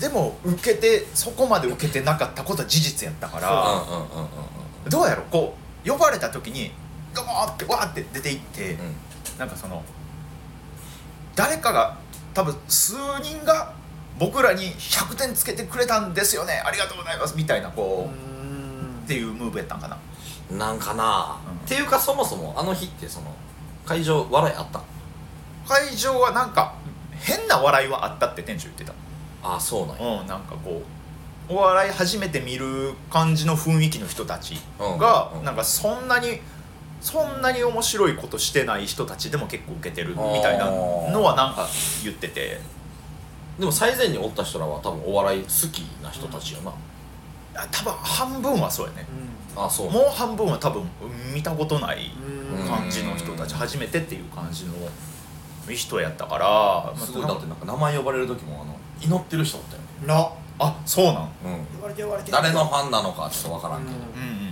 [SPEAKER 1] でも受けてそこまで受けてなかったことは事実やったから。
[SPEAKER 2] うんうんうんうん
[SPEAKER 1] どうやろこう呼ばれた時にガモーってわーって出て行って、
[SPEAKER 2] うん
[SPEAKER 1] なんかその誰かが多分数人が僕らに100点つけてくれたんですよねありがとうございますみたいな
[SPEAKER 3] う
[SPEAKER 1] こう、
[SPEAKER 3] ん
[SPEAKER 1] っていうムーブやったんかな
[SPEAKER 2] うんなんかな
[SPEAKER 1] うん
[SPEAKER 2] っていうかそもそもあの日ってその会場笑いあった
[SPEAKER 1] 会場はなんか変な笑いはあったって店長言ってた
[SPEAKER 2] ああそうなんや
[SPEAKER 1] うんなんかこうお笑い初めて見る感じの雰囲気の人たち
[SPEAKER 2] うん
[SPEAKER 1] が、
[SPEAKER 2] うん
[SPEAKER 1] なんかそんなにそんなに面白いことしてない人たちでも結構受けてるみ
[SPEAKER 2] あー
[SPEAKER 1] たいなのはなんか言ってて
[SPEAKER 2] でも最前におった人らは多分お笑い好きな人たちよな
[SPEAKER 1] あ多分半分はそうやね
[SPEAKER 3] うん
[SPEAKER 2] あそう
[SPEAKER 1] もう半分は多分見たことない
[SPEAKER 3] うん
[SPEAKER 1] 感じの人たち初めてっていう感じの人やったから、まあ
[SPEAKER 2] すごいだってなんか名前呼ばれる時もあの祈ってる人おったよね
[SPEAKER 3] な
[SPEAKER 1] あそうなん
[SPEAKER 2] うん
[SPEAKER 3] 言われて言われて
[SPEAKER 2] 誰のファンなのかちょっとわからんけど、
[SPEAKER 1] うんうんうん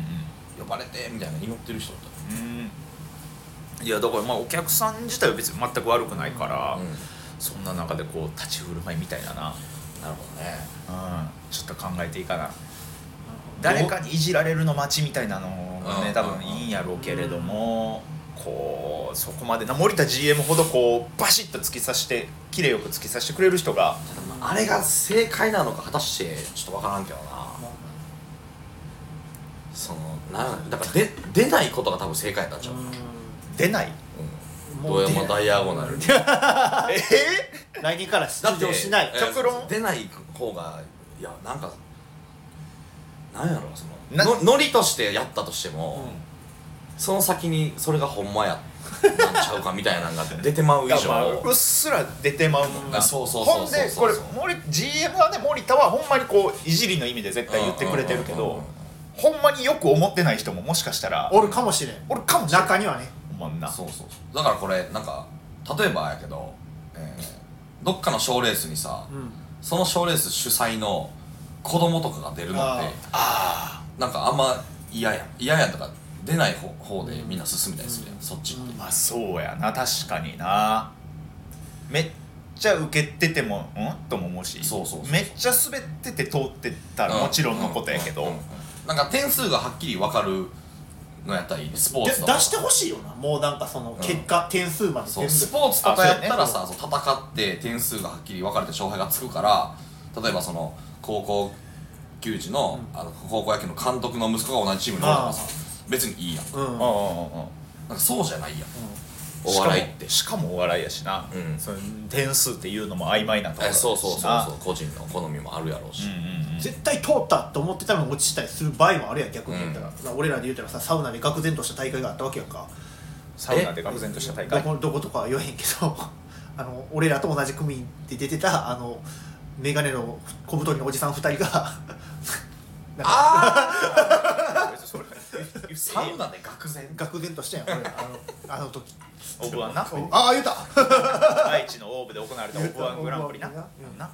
[SPEAKER 2] 呼ばれてみたいな祈ってる人おったよ
[SPEAKER 1] うんいやだからまあお客さん自体は別に全く悪くないから、
[SPEAKER 2] うん
[SPEAKER 1] そんな中でこう立ち振る舞いみたいだな、
[SPEAKER 2] なるほどね
[SPEAKER 1] うん、ちょっと考えていいかな誰かにいじられるの待ちみたいなのが
[SPEAKER 2] う
[SPEAKER 1] ね
[SPEAKER 2] ん
[SPEAKER 1] 多分いいんやろうけれども、こうそこまでな森田 GM ほどこうバシッと突き刺して綺麗よく突き刺してくれる人が
[SPEAKER 2] ただまああれが正解なのか果たしてちょっとわからんけどなそのなんだからで出ないことが多分正解だったんちゃうかな、
[SPEAKER 1] 出ない
[SPEAKER 2] うん、どうやもダイアゴナル
[SPEAKER 1] え
[SPEAKER 3] 来年から
[SPEAKER 2] だ
[SPEAKER 3] 出
[SPEAKER 2] って
[SPEAKER 3] 場しない
[SPEAKER 2] えー
[SPEAKER 1] 極論
[SPEAKER 2] 出ない方がいやなんかなんやろそ
[SPEAKER 1] な
[SPEAKER 2] ののノリとしてやったとしても、その先にそれがほんまやなんちゃうかみたいなのが出てまう 以
[SPEAKER 1] が
[SPEAKER 2] 上
[SPEAKER 1] まあうっすら出てまうもんな
[SPEAKER 2] あそうそうそうそうそう
[SPEAKER 1] ほんでこれ森 GM はね森田はほんまにこういじりの意味で絶対言ってくれてるけ
[SPEAKER 2] うんうんうん
[SPEAKER 1] どほんまによく思ってない人ももしかしたら
[SPEAKER 3] おるかもしれん
[SPEAKER 1] おるかもしれん
[SPEAKER 3] 中にはね
[SPEAKER 1] もんな
[SPEAKER 2] そうそうそうだからこれなんか例えばやけど、えーどっかの賞ーレースにさ、その賞ーレース主催の子供とかが出るのってなんかあんま嫌やん嫌やんとか出ない方方でみんな進みたりするやん、そっちって、
[SPEAKER 1] まあそうやな確かになめっちゃ受けててもんとも思うし
[SPEAKER 2] そうそうそう
[SPEAKER 1] めっちゃ滑ってて通ってたらもちろんのことやけど、
[SPEAKER 2] うんうんうんなんか点数がはっきり分かるのやったらいいねス
[SPEAKER 3] で
[SPEAKER 2] ポー
[SPEAKER 3] 出
[SPEAKER 2] ツとか
[SPEAKER 3] してほしいよなもうなんかその結果、点数まで
[SPEAKER 2] そ
[SPEAKER 3] 全
[SPEAKER 2] う
[SPEAKER 3] 部
[SPEAKER 2] スポーツとかやったらさ、そう戦って点数がはっきり分かれて勝敗がつくから例えばその高校球児の,、あの高校野球の監督の息子が同じチームにいるとかさ別にいいやん
[SPEAKER 3] うん
[SPEAKER 1] うん
[SPEAKER 3] う
[SPEAKER 1] うん
[SPEAKER 3] ん
[SPEAKER 1] うん
[SPEAKER 2] なんかそうじゃないやん、お笑いって
[SPEAKER 1] しかもしかもお笑いやしな、
[SPEAKER 2] うん
[SPEAKER 1] その点数っていうのも曖昧なところ
[SPEAKER 2] え
[SPEAKER 1] だし
[SPEAKER 2] そうそうそうそう
[SPEAKER 1] な
[SPEAKER 2] 個人の好みもあるやろうし、
[SPEAKER 1] うんうんうん
[SPEAKER 3] 絶対通ったって思ってたのに落ちたりする場合もあるやん逆に言ったら、
[SPEAKER 2] う
[SPEAKER 3] な俺らで言うたらさサウナで愕然とした大会があったわけやんか
[SPEAKER 1] サウナで愕然とした大会
[SPEAKER 3] どこどことかは言わへんけど あの俺らと同じ組で出てたあの眼鏡の小太りのおじさん2人が
[SPEAKER 2] あ
[SPEAKER 1] それ
[SPEAKER 2] あサウナで愕然
[SPEAKER 3] 愕然としたやん俺らあのあの時
[SPEAKER 1] オブワンな
[SPEAKER 3] ああ言うた
[SPEAKER 1] 愛知のオーブで行われたオブワングランプリな
[SPEAKER 3] うん
[SPEAKER 1] な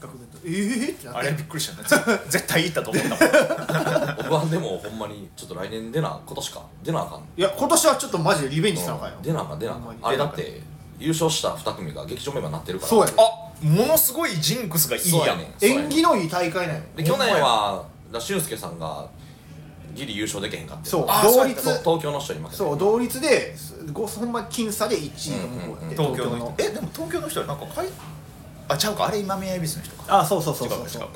[SPEAKER 3] 愕然とええってな
[SPEAKER 1] あ
[SPEAKER 3] っ
[SPEAKER 1] れ
[SPEAKER 3] て
[SPEAKER 1] びっくりしたね絶絶対いいったと思ったもん
[SPEAKER 2] 僕はでもほんまにちょっと来年出な今年か出なあかん
[SPEAKER 3] いや今年はちょっとマジでリベンジしたのかよ
[SPEAKER 2] 出なあかん出なあ
[SPEAKER 3] ほ
[SPEAKER 2] か
[SPEAKER 3] ん
[SPEAKER 2] ん
[SPEAKER 3] ま
[SPEAKER 2] あ
[SPEAKER 3] に
[SPEAKER 2] れだって優勝した2組が劇場メンバーになってるから
[SPEAKER 3] そうやね
[SPEAKER 1] あものすごいジンクスがいい
[SPEAKER 2] そう
[SPEAKER 1] や
[SPEAKER 2] や
[SPEAKER 1] ん
[SPEAKER 2] ねそうやね
[SPEAKER 3] 縁起のいい大会なんよ
[SPEAKER 2] で去年はだ俊介さんがギリ優勝できへんかって
[SPEAKER 3] そう
[SPEAKER 1] あ
[SPEAKER 3] 同
[SPEAKER 1] そ
[SPEAKER 3] 率
[SPEAKER 1] うや
[SPEAKER 2] と東京の人に負けて
[SPEAKER 3] そう同率ですごほんま僅差で1位の向こうやって
[SPEAKER 1] 東京の人えでも東京の人はなんかかいあちゃうかあれ今宮恵比寿の人か
[SPEAKER 3] あそうそうそう
[SPEAKER 1] 違うか
[SPEAKER 3] そう
[SPEAKER 1] 違う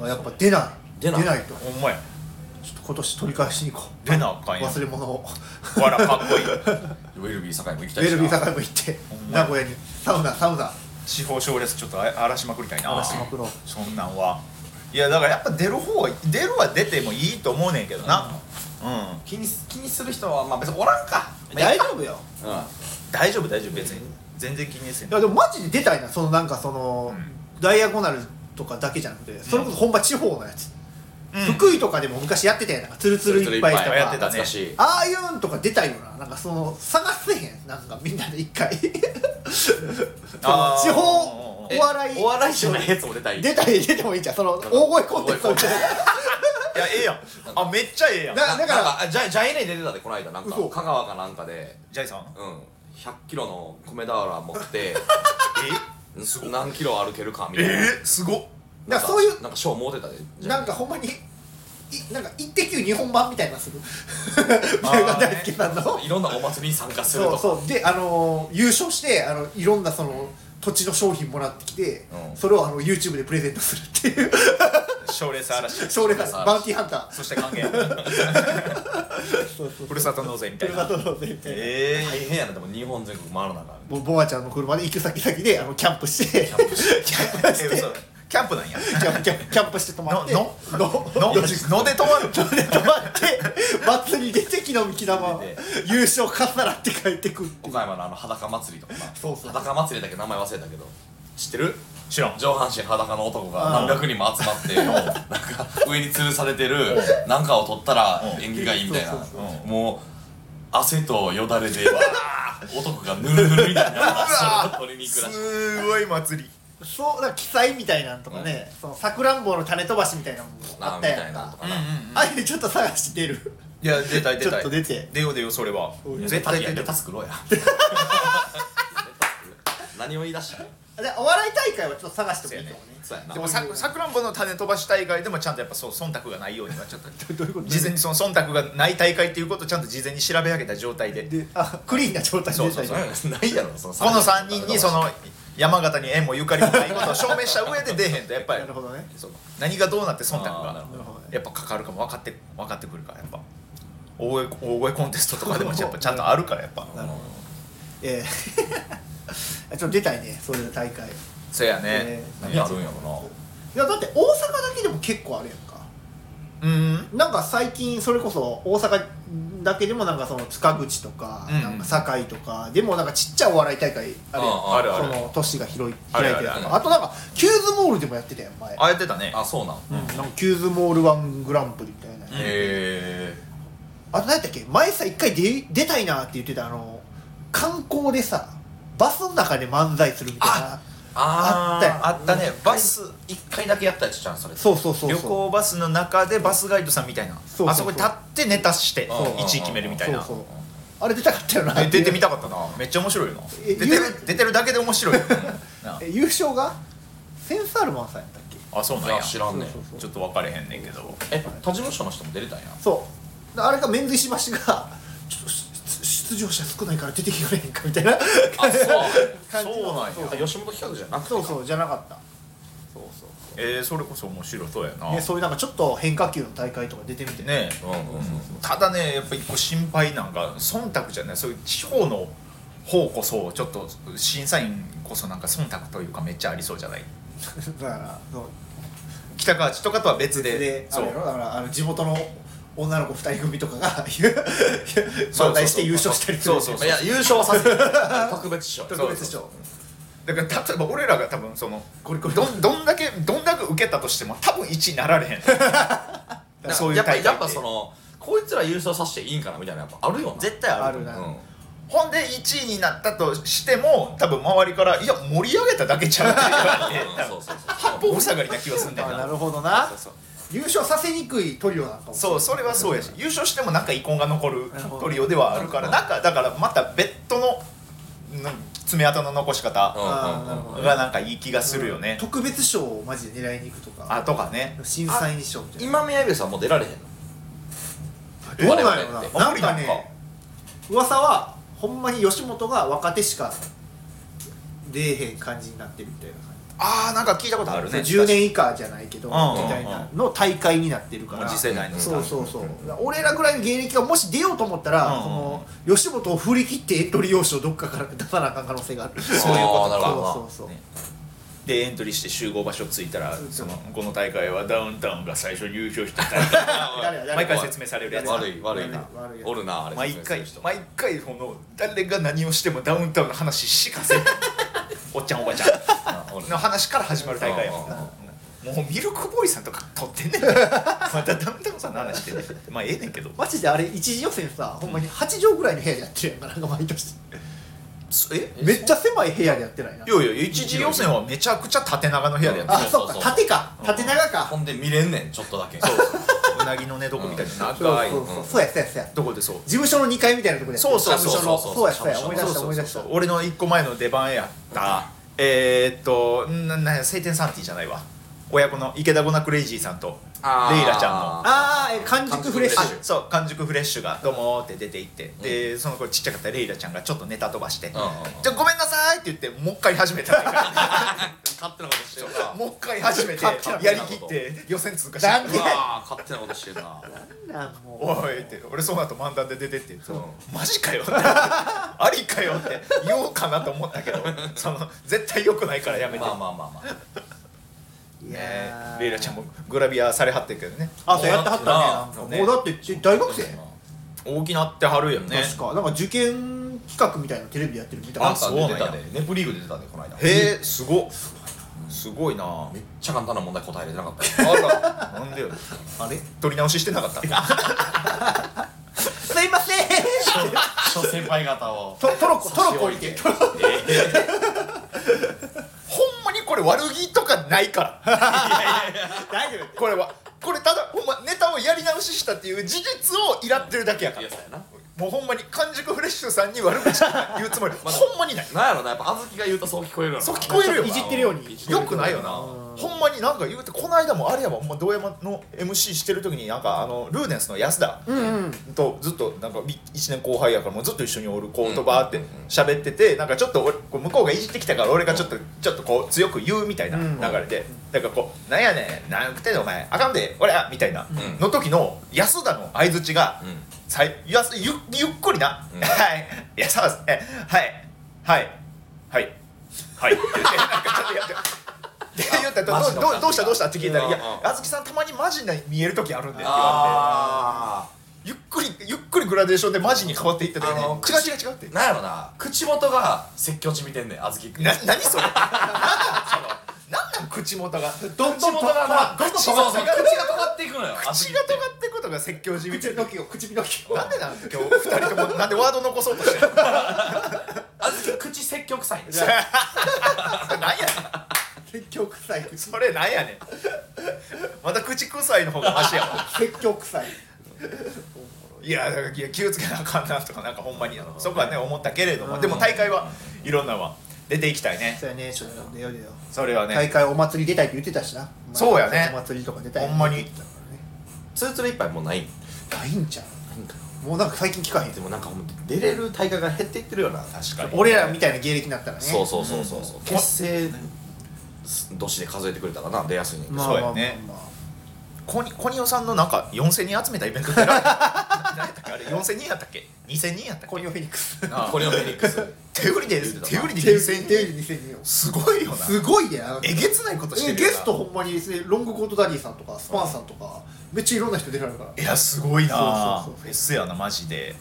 [SPEAKER 1] か
[SPEAKER 3] うだからやっぱ出ない
[SPEAKER 2] 出ない
[SPEAKER 3] と
[SPEAKER 1] ほんまや
[SPEAKER 3] ちょっと今年取り返しに行こう
[SPEAKER 1] 出なあかんやん
[SPEAKER 3] 忘れ物を
[SPEAKER 1] わらかっこいい
[SPEAKER 2] ウェルビー堺も行き
[SPEAKER 3] ウ
[SPEAKER 2] たい
[SPEAKER 3] ェ
[SPEAKER 2] し
[SPEAKER 3] ルビー
[SPEAKER 2] な
[SPEAKER 3] 高も行って
[SPEAKER 1] ほんま
[SPEAKER 3] 名
[SPEAKER 1] や
[SPEAKER 3] 古屋にサウナサウナ
[SPEAKER 1] 地方賞レースちょっとあ荒らしまくりたいな
[SPEAKER 3] 荒らしまくろう
[SPEAKER 1] そんなんはいやだからやっぱ出る方は出るは出てもいいと思うねんけどなうん
[SPEAKER 2] 気にす気にする人はまあ別におらんか
[SPEAKER 3] 大丈夫よ
[SPEAKER 2] うん
[SPEAKER 1] 大丈夫大丈夫別に全然気にせん
[SPEAKER 3] いやでもマジで出たいなそのなんかその、
[SPEAKER 1] う
[SPEAKER 3] ダイアゴナルとかだけじゃなくてそれこそほんま地方のやつ、
[SPEAKER 1] うん
[SPEAKER 3] 福井とかでも昔やってたやんなんかツルツルいっぱいと
[SPEAKER 1] ツルツ
[SPEAKER 3] か
[SPEAKER 1] ルいっぱいやってたね
[SPEAKER 2] 懐かしい
[SPEAKER 3] ああいうんとか出たいよななんかその探せへんなんかみんなで一回その
[SPEAKER 1] あー
[SPEAKER 3] 地方
[SPEAKER 1] え
[SPEAKER 3] お笑い
[SPEAKER 2] お笑いじゃないやつも出たい
[SPEAKER 3] 出たい出てもいいじゃんその大声コンテンツみたいない
[SPEAKER 1] やええやんあめっちゃええやん
[SPEAKER 3] だ
[SPEAKER 2] な
[SPEAKER 3] だ
[SPEAKER 2] だ
[SPEAKER 3] か
[SPEAKER 2] かららあジャジャイネ出てたでこの間なんか
[SPEAKER 3] 嘘
[SPEAKER 2] 香川かなんかで
[SPEAKER 1] ジャイさん
[SPEAKER 2] うん100キロの米俵持って
[SPEAKER 1] えすごい
[SPEAKER 2] 何キロ歩けるかみたいな
[SPEAKER 1] えー、すごっ
[SPEAKER 2] なん
[SPEAKER 3] だからそういう
[SPEAKER 2] なんか賞持てたで
[SPEAKER 3] なんかほんまにいなんか「イッテ Q!」日本版みたいなのする
[SPEAKER 1] あーね
[SPEAKER 3] 大好きさんの
[SPEAKER 2] いろんなお祭りに参加すると
[SPEAKER 3] そう
[SPEAKER 2] か
[SPEAKER 3] そうであのー優勝してあのいろんなその土地の商品もらってきて、
[SPEAKER 2] うん
[SPEAKER 3] それをあの YouTube でプレゼントするっていう
[SPEAKER 1] 賞レース嵐
[SPEAKER 3] 奨励
[SPEAKER 2] そう
[SPEAKER 3] 会
[SPEAKER 2] そう
[SPEAKER 3] バウンティーハンタ
[SPEAKER 1] そして還元
[SPEAKER 3] ー
[SPEAKER 1] ふるさと納税み
[SPEAKER 3] ふ
[SPEAKER 1] たい
[SPEAKER 3] るさ
[SPEAKER 1] な
[SPEAKER 3] と納税みたいな、
[SPEAKER 1] え
[SPEAKER 2] 大変やなでも日本全国回るなら
[SPEAKER 3] もうボアちゃんの車で行く先々であのキャンプしてキャンプしてキャン
[SPEAKER 1] ー、
[SPEAKER 3] プ
[SPEAKER 1] えー、嘘キャンプなんや
[SPEAKER 3] キャンプキャンプして泊まって
[SPEAKER 1] の
[SPEAKER 3] のの
[SPEAKER 1] の
[SPEAKER 3] よ
[SPEAKER 1] で
[SPEAKER 3] し
[SPEAKER 1] 止まる
[SPEAKER 3] それで泊まって祭り出て木の幹玉
[SPEAKER 2] 出て
[SPEAKER 3] 優勝かっさらって帰ってくる
[SPEAKER 2] 岡山のあの裸祭りとかな
[SPEAKER 3] そうそう
[SPEAKER 2] 裸祭りだけど名前忘れたけど知ってる
[SPEAKER 1] 知らん
[SPEAKER 2] 上半身裸の男が何百人も集まってなんか上に吊るされてるなんかを取ったら縁起がいいみたいな
[SPEAKER 3] そうそう
[SPEAKER 1] そ
[SPEAKER 2] もう汗とよだれでわー男がぬるぬるみたいなそれを取りに行くらしい
[SPEAKER 1] すごい祭り
[SPEAKER 3] そうだから記載みたいなんとかね、そのさくらんぼの種飛ばしみたいなのもあっ
[SPEAKER 2] なみ
[SPEAKER 3] たやん
[SPEAKER 2] たいなのと
[SPEAKER 3] か
[SPEAKER 2] かな
[SPEAKER 3] ああいうちょっと探して出る
[SPEAKER 1] いや出たい
[SPEAKER 3] ち
[SPEAKER 1] 出
[SPEAKER 3] ょ
[SPEAKER 1] た
[SPEAKER 3] っ
[SPEAKER 1] い
[SPEAKER 3] と出て
[SPEAKER 1] 出よう出ようそれは
[SPEAKER 3] うん
[SPEAKER 1] 絶対
[SPEAKER 2] いや
[SPEAKER 1] 出
[SPEAKER 2] レ
[SPEAKER 1] た
[SPEAKER 2] タ
[SPEAKER 1] い
[SPEAKER 2] ス食ろうや何を言い出したの
[SPEAKER 3] でお笑い大会はちょっと探してもいいかもね
[SPEAKER 2] そうやな
[SPEAKER 1] でもささくらんぼの種飛ばし大会でもちゃんとやっぱそう忖度がないようにはちょっと
[SPEAKER 3] どういうこと
[SPEAKER 1] 事前にその忖度がない大会っていうことをちゃんと事前に調べ上げた状態で
[SPEAKER 3] であクリーンな状態で
[SPEAKER 1] そう
[SPEAKER 3] 出
[SPEAKER 1] そ
[SPEAKER 3] た
[SPEAKER 1] う
[SPEAKER 3] り
[SPEAKER 1] そ
[SPEAKER 2] そうやないやろその
[SPEAKER 1] この3人にその山形に縁もゆかりもないことを証明した上で出へんとやっぱり
[SPEAKER 3] なるほどね
[SPEAKER 1] そう何がどうなって忖度
[SPEAKER 2] あーな
[SPEAKER 1] が
[SPEAKER 2] るほ
[SPEAKER 3] なるほどね
[SPEAKER 1] やっぱかかるかも分かって分かってくるからやっぱ大声大声コンテストとかでもやっぱちゃんとあるからやっぱ
[SPEAKER 3] なるほどええちょっと出たいねそういう大会
[SPEAKER 1] そうや
[SPEAKER 3] え
[SPEAKER 1] ね
[SPEAKER 3] え
[SPEAKER 2] 何やるんやろ
[SPEAKER 3] いやだって大阪だけでも結構あるやんか
[SPEAKER 1] うん
[SPEAKER 3] なんか最近それこそ大阪だけでもなんかその塚口とか、
[SPEAKER 1] うんうん
[SPEAKER 3] なんか堺とかでもなんかちっちゃいお笑い大会あるやん
[SPEAKER 2] ああある
[SPEAKER 1] ある
[SPEAKER 3] その都市が広い
[SPEAKER 1] ある
[SPEAKER 3] 開い
[SPEAKER 1] あ
[SPEAKER 3] て
[SPEAKER 1] る
[SPEAKER 3] るや
[SPEAKER 1] あ
[SPEAKER 3] ん
[SPEAKER 1] る
[SPEAKER 3] かあとなんかキューズモールでもやってたやん前
[SPEAKER 1] あえてたね
[SPEAKER 2] なあそうなん
[SPEAKER 3] うん、なんかキューズモールワングランプリみたいな、
[SPEAKER 1] うん
[SPEAKER 2] へえ
[SPEAKER 3] あと何やったっけ前さ一回出出たいなって言ってたあの観光でさバスの中で漫才するみたいなあ
[SPEAKER 2] あ
[SPEAKER 3] っ
[SPEAKER 2] ったた
[SPEAKER 3] よ
[SPEAKER 1] あったねバス
[SPEAKER 2] 一回だけやったやつじゃんそれ
[SPEAKER 3] そうそうそうそう
[SPEAKER 1] 旅行バスの中でバスガイドさんみたいな
[SPEAKER 3] そうそうそう
[SPEAKER 1] あそこに立ってネタして
[SPEAKER 2] そう
[SPEAKER 1] 位置決めるみたいな
[SPEAKER 3] そうそうあれ出たかったよな
[SPEAKER 1] え出てみたかったなめっちゃ面白いよな出
[SPEAKER 3] え
[SPEAKER 1] てる
[SPEAKER 3] 言う
[SPEAKER 1] 出てるだけで面白いよな
[SPEAKER 3] え優勝がセンサールマンさんやったっけ
[SPEAKER 1] あそうなん
[SPEAKER 2] い
[SPEAKER 1] や
[SPEAKER 2] や知らんねん
[SPEAKER 3] そうそうそう
[SPEAKER 1] ちょっと分かれへんねんけど
[SPEAKER 2] え他事務所の人も出れたんや
[SPEAKER 3] そうだあれがメンズ石橋がちょっと出出場者少ないから出てきてくれへんかみたいな
[SPEAKER 2] あそう
[SPEAKER 3] 感じの
[SPEAKER 1] そうなんや
[SPEAKER 3] そう
[SPEAKER 2] あ吉本企画じゃなくて
[SPEAKER 3] そうそうじゃなかった
[SPEAKER 2] そうそう
[SPEAKER 1] えー、それこそ面白そうやな
[SPEAKER 3] ね、
[SPEAKER 1] ね
[SPEAKER 3] そういうなんかちょっと変化球の大会とか出てみて
[SPEAKER 1] え
[SPEAKER 2] うんうんうん
[SPEAKER 1] ただねやっぱ一個心配なんが忖度じゃないそういう地方の方こそちょっと審査員こそなんか忖度というかめっちゃありそうじゃない
[SPEAKER 3] だからそう
[SPEAKER 1] 北河内とかとは別で
[SPEAKER 3] であ
[SPEAKER 1] そう
[SPEAKER 3] れやろだからあの地元の女の子2人組とか が
[SPEAKER 1] そう
[SPEAKER 3] 漫才して優勝したりする
[SPEAKER 1] そうそう
[SPEAKER 2] いや優勝はさせて 特別賞
[SPEAKER 3] 特別賞
[SPEAKER 1] だから例えば俺らが多分そ の
[SPEAKER 3] ゴリゴリ
[SPEAKER 1] どんどんだけどんだけ受けたとしても多分1位なられへ ん
[SPEAKER 2] だ
[SPEAKER 1] そういう
[SPEAKER 2] やっぱ
[SPEAKER 1] 大会って
[SPEAKER 2] やっぱそのこいつら優勝させていいんかなみたいなやっぱあるよな
[SPEAKER 1] 絶対あ
[SPEAKER 3] あ
[SPEAKER 1] る
[SPEAKER 3] るな、
[SPEAKER 2] うん
[SPEAKER 1] ほんで1位になったとしても多分周りから「いや盛り上げただけちゃう」 って言われて多分
[SPEAKER 2] そうそうそう
[SPEAKER 1] 八方塞がりな気がするんだよ
[SPEAKER 3] あな
[SPEAKER 1] な
[SPEAKER 3] るほどな
[SPEAKER 1] そう
[SPEAKER 3] 優勝させにくいトリオなんかも
[SPEAKER 1] そうそれはそうやし優勝してもなんか遺恨が残る
[SPEAKER 3] なるほど
[SPEAKER 1] トリオではあるからなんかだからまた別途のの爪痕の残し
[SPEAKER 2] うん
[SPEAKER 1] 方
[SPEAKER 3] あーなるほど
[SPEAKER 1] がなんかいい気がするよね、
[SPEAKER 3] 特別賞をマジで狙いに行くとか
[SPEAKER 1] あとかね
[SPEAKER 3] 審査員賞みたいな
[SPEAKER 2] 今宮部さんもう出られへんの
[SPEAKER 3] どうなんやろ
[SPEAKER 2] 我々って
[SPEAKER 3] な
[SPEAKER 1] あん
[SPEAKER 3] なんか
[SPEAKER 1] まりなんか
[SPEAKER 3] ね噂はほんまに吉本が若手しか出えへん感じになってるみたいな感
[SPEAKER 1] ああなんか聞いたことある
[SPEAKER 3] じ、
[SPEAKER 1] ね
[SPEAKER 3] 10年以下じゃないけどみ
[SPEAKER 1] うん
[SPEAKER 3] たいなの大会になってるか
[SPEAKER 1] もう
[SPEAKER 3] ら
[SPEAKER 1] 次世代のスタ
[SPEAKER 3] そ
[SPEAKER 1] ー
[SPEAKER 3] うそうそう、俺らぐらいの芸歴がもし出ようと思ったら、
[SPEAKER 1] うん
[SPEAKER 3] その吉本を振り切ってエントリー用紙をどっかから出さなあかん可能性がある
[SPEAKER 1] そういうことか
[SPEAKER 2] あーなるほどな
[SPEAKER 3] そうそうそう、
[SPEAKER 1] ねでエントリーして集合場所着いたら
[SPEAKER 3] そうそ
[SPEAKER 1] そうのこの大会はダウンタウンが最初に優勝した大会
[SPEAKER 3] 誰や誰や
[SPEAKER 1] 毎回説明されるやつな
[SPEAKER 2] 悪い悪いな
[SPEAKER 3] 悪いやつ
[SPEAKER 2] おるなあれ
[SPEAKER 1] 毎回
[SPEAKER 2] 説明する人
[SPEAKER 1] 毎回この誰が何をしてもダウンタウンの話しかせんおっちゃんおばちゃ
[SPEAKER 2] あおる
[SPEAKER 1] んの話から始まる大会やもんなもうミルクボーイさんとか撮って んねんまたダウンタウンさんの話してんねんまあええねんけど
[SPEAKER 3] マジであれ一次予選さほんまに8畳ぐらいの部屋でやってるやんかなんか毎年
[SPEAKER 1] すえ
[SPEAKER 3] めっちゃ狭い部屋でやってないない
[SPEAKER 1] やいや一次予選はめちゃくちゃ縦長の部屋でやって
[SPEAKER 3] あ
[SPEAKER 1] る
[SPEAKER 3] そうか
[SPEAKER 2] そうそうそう
[SPEAKER 3] 縦か縦長か、
[SPEAKER 2] ほんで見れんねんちょっとだけ
[SPEAKER 1] うなぎの寝床みたいな
[SPEAKER 3] そう
[SPEAKER 1] 長い
[SPEAKER 3] そうそう
[SPEAKER 2] うん
[SPEAKER 3] そうやそうやそうや
[SPEAKER 1] どこでそう
[SPEAKER 3] 事務所の2階みたいなとこでやってる
[SPEAKER 1] そうそうそう
[SPEAKER 3] 事務所のそうや
[SPEAKER 2] そ
[SPEAKER 3] そううや
[SPEAKER 2] そうそう
[SPEAKER 3] 思い出した
[SPEAKER 1] そう
[SPEAKER 3] 思い
[SPEAKER 1] そう
[SPEAKER 3] 出し
[SPEAKER 1] そ
[SPEAKER 3] た
[SPEAKER 1] う俺の一個前の出番やったえー、っとななんや晴天サンティじゃないわ親子の池田ゴナクレイジーさんと
[SPEAKER 2] あー
[SPEAKER 1] レイラちゃんの
[SPEAKER 3] あーえ完熟フレッシ
[SPEAKER 2] 完
[SPEAKER 1] あ
[SPEAKER 2] 熟
[SPEAKER 3] ュ
[SPEAKER 1] そう完熟フレッシュが「どうも」って出て行って、でその子ちっちゃかったレイラちゃんがちょっとネタ飛ばして「
[SPEAKER 2] ん
[SPEAKER 1] じゃあごめんなさい」って言ってもう一回始めた
[SPEAKER 2] 勝手なことしてるな
[SPEAKER 1] もう一回始めて
[SPEAKER 2] 勝手なこと
[SPEAKER 1] やりきって予選通過し
[SPEAKER 3] な
[SPEAKER 1] た
[SPEAKER 3] ん
[SPEAKER 2] うわー勝手なことしてるな
[SPEAKER 3] なんなんもう
[SPEAKER 1] おいって俺その後漫談で出てって言って
[SPEAKER 2] うん
[SPEAKER 1] マジかよって ありかよって言おうかなと思ったけどその絶対良くないからやめて、
[SPEAKER 2] まあまあまあまあ
[SPEAKER 3] い
[SPEAKER 1] ね
[SPEAKER 3] やー
[SPEAKER 1] レイラちゃんもグラビアされはってるけどね
[SPEAKER 3] あそうやってはったね
[SPEAKER 1] も
[SPEAKER 3] も
[SPEAKER 1] う
[SPEAKER 3] う
[SPEAKER 1] だ
[SPEAKER 3] だってち大学生
[SPEAKER 1] 大きなってはるよね
[SPEAKER 3] 確かなんか受験企画みたいなのテレビでやってるみたい
[SPEAKER 2] な
[SPEAKER 3] なん
[SPEAKER 1] あそ
[SPEAKER 2] か
[SPEAKER 1] うなん
[SPEAKER 2] 出
[SPEAKER 1] や
[SPEAKER 2] てたでネプリーグで出たでこの間
[SPEAKER 1] へえすごっすすごいなあ
[SPEAKER 2] めっちゃ簡単な問題答えれてなかったよ
[SPEAKER 1] らなんでよ
[SPEAKER 3] あれ
[SPEAKER 1] 取り直ししてなかった
[SPEAKER 3] すいません
[SPEAKER 2] 諸先輩方を
[SPEAKER 3] トトロコトロコいてトロコ
[SPEAKER 1] ほんまにこれ悪気とか ないから大丈夫これはこれただほんまネタをやり直ししたっていう事実をイラってるだけやか
[SPEAKER 2] い
[SPEAKER 1] ら
[SPEAKER 2] やそうやな
[SPEAKER 1] もうほんまに完熟フレッシュさんに悪口言うつもり
[SPEAKER 2] まだ
[SPEAKER 1] ほんまにない
[SPEAKER 2] なんやろなやっぱ小豆が言うとそう聞こえるよな
[SPEAKER 1] そう聞こえるよ
[SPEAKER 3] いじってるように
[SPEAKER 1] よくないよな
[SPEAKER 3] うん
[SPEAKER 1] ほんまになんか言うてこの間もあれやわほんま堂山の MC してる時になんかあのルーデンスの安田
[SPEAKER 3] うんうん
[SPEAKER 1] とずっとなんか1年後輩やからもうずっと一緒におる子とバーって喋っててなんかちょっと俺こう向こうがいじってきたから俺がちょっとちょっとこう強く言うみたいな流れでなんかこう「なんやねんなんくてんのお前あかんで俺や」みたいな
[SPEAKER 2] うん
[SPEAKER 1] の時の安田の相づちが
[SPEAKER 2] うん
[SPEAKER 1] さいやすゆゆっくりな「
[SPEAKER 2] うん
[SPEAKER 1] はいいやそうですねはいはいはいはい」って言ってなんかちょっとやって。で言ったら
[SPEAKER 2] マ
[SPEAKER 1] ど
[SPEAKER 2] ジ
[SPEAKER 1] う
[SPEAKER 2] の
[SPEAKER 1] どう
[SPEAKER 2] 感じ
[SPEAKER 1] どうしたどうしたって聞いたら「いや
[SPEAKER 2] うんうん
[SPEAKER 1] あずきさんたまにマジな見える時あるんで」って言われて。
[SPEAKER 2] あ
[SPEAKER 1] ゆっくりゆっくりグラデーションでマジに変わっていった時に、
[SPEAKER 2] あの
[SPEAKER 1] 違う違う違うって
[SPEAKER 2] ーなんやろな口元が説教じみてんねん小豆くん
[SPEAKER 1] な何それ なんなんそのなんなん口元が
[SPEAKER 2] どんどん口元がな
[SPEAKER 1] どんどん
[SPEAKER 2] 口元が口が尖っていくのよ
[SPEAKER 1] 口が尖っていくことが説教じみて
[SPEAKER 3] 口
[SPEAKER 1] る
[SPEAKER 3] のきを口のきを
[SPEAKER 1] なんでなん今日二人ともなんでワード残そうとしてるの
[SPEAKER 2] 小豆小豆口説教臭いね
[SPEAKER 1] それなんやねん
[SPEAKER 3] 説教臭い説
[SPEAKER 1] それなんやねんまた口臭いの方がマシやわ
[SPEAKER 3] 教臭い
[SPEAKER 1] いやだからいや気をつけなあかんなとかなんかほんまにそこはね思ったけれどもでも大会はいろんなのは出ていきたいね
[SPEAKER 3] そうやねちょっと出よう出よう
[SPEAKER 1] それはね
[SPEAKER 3] 大会お祭り出たいって言ってたしな
[SPEAKER 1] そうやね
[SPEAKER 3] お祭りとか出たいって
[SPEAKER 1] ほんまに
[SPEAKER 3] 言ってたからね
[SPEAKER 2] ツルツル一杯もうないん
[SPEAKER 3] ないんじゃんもうなんか最近聞かへん
[SPEAKER 2] でもなんかほんと出れる大会が減っていってるよな確
[SPEAKER 1] かに
[SPEAKER 3] 俺らみたいな芸歴になったらね
[SPEAKER 2] そうそうそうそうそう
[SPEAKER 1] うん
[SPEAKER 2] 結成年で数えてくれたかな出やすいねんけど
[SPEAKER 3] まあ
[SPEAKER 1] そう
[SPEAKER 3] ま
[SPEAKER 1] や
[SPEAKER 3] あまあま
[SPEAKER 1] ね
[SPEAKER 3] あ
[SPEAKER 1] コニコニオさんのなんか4000人集めたイベントって何やったっけあれ4000人やったっけ2000人やったっ
[SPEAKER 3] コニオフェニックス
[SPEAKER 1] あ
[SPEAKER 2] これをフェニックス
[SPEAKER 1] け手売りで
[SPEAKER 2] 言うてたな
[SPEAKER 1] 手売りで
[SPEAKER 3] テレビ
[SPEAKER 1] 2000
[SPEAKER 3] テレ
[SPEAKER 1] 人
[SPEAKER 3] ビ2000人を
[SPEAKER 1] すごいよな
[SPEAKER 3] すごいねあの
[SPEAKER 1] えげつないことして
[SPEAKER 3] え
[SPEAKER 1] る
[SPEAKER 3] ゲ
[SPEAKER 1] よな
[SPEAKER 3] ストほんまにですねロングコートダディさんとかスパンさんとかめっちゃいろんな人出られるから
[SPEAKER 1] いやすごいな
[SPEAKER 3] そうそうそうそう
[SPEAKER 1] フェスやなマジで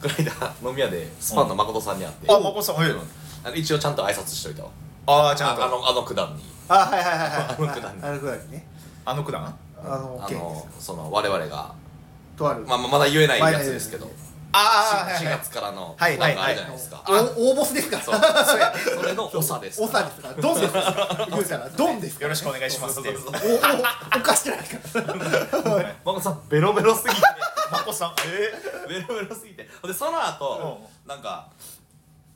[SPEAKER 2] この間飲み屋でスパンの誠さんに会って
[SPEAKER 1] あまこさんええの
[SPEAKER 2] あの一応ちゃんと挨拶しといたわ
[SPEAKER 1] ああちゃんと
[SPEAKER 2] あ
[SPEAKER 1] あ
[SPEAKER 2] あ
[SPEAKER 1] の
[SPEAKER 2] のあのくだんに
[SPEAKER 3] あはいはいはいはい
[SPEAKER 2] あのくだり
[SPEAKER 3] あのくだりね
[SPEAKER 1] あのくだん
[SPEAKER 3] あの
[SPEAKER 2] あ
[SPEAKER 3] 件です
[SPEAKER 2] のその我々が、
[SPEAKER 3] とある
[SPEAKER 2] まあ、まあまだ言えないやつですけど
[SPEAKER 3] まだ
[SPEAKER 1] あ
[SPEAKER 2] 4月からの
[SPEAKER 1] はいはい
[SPEAKER 2] なんかあるじゃないですか
[SPEAKER 3] お大ボスですから
[SPEAKER 2] そうそうやねそれの長です
[SPEAKER 3] おさですからドンですから言うたらドンです
[SPEAKER 1] よ
[SPEAKER 3] から
[SPEAKER 1] ろしくお願いしますって
[SPEAKER 2] そうそうそう
[SPEAKER 3] おおおかしてないから
[SPEAKER 2] 誠さんベロベロすぎて
[SPEAKER 1] まこさんえ
[SPEAKER 2] ベロベロすぎてでその後、なんか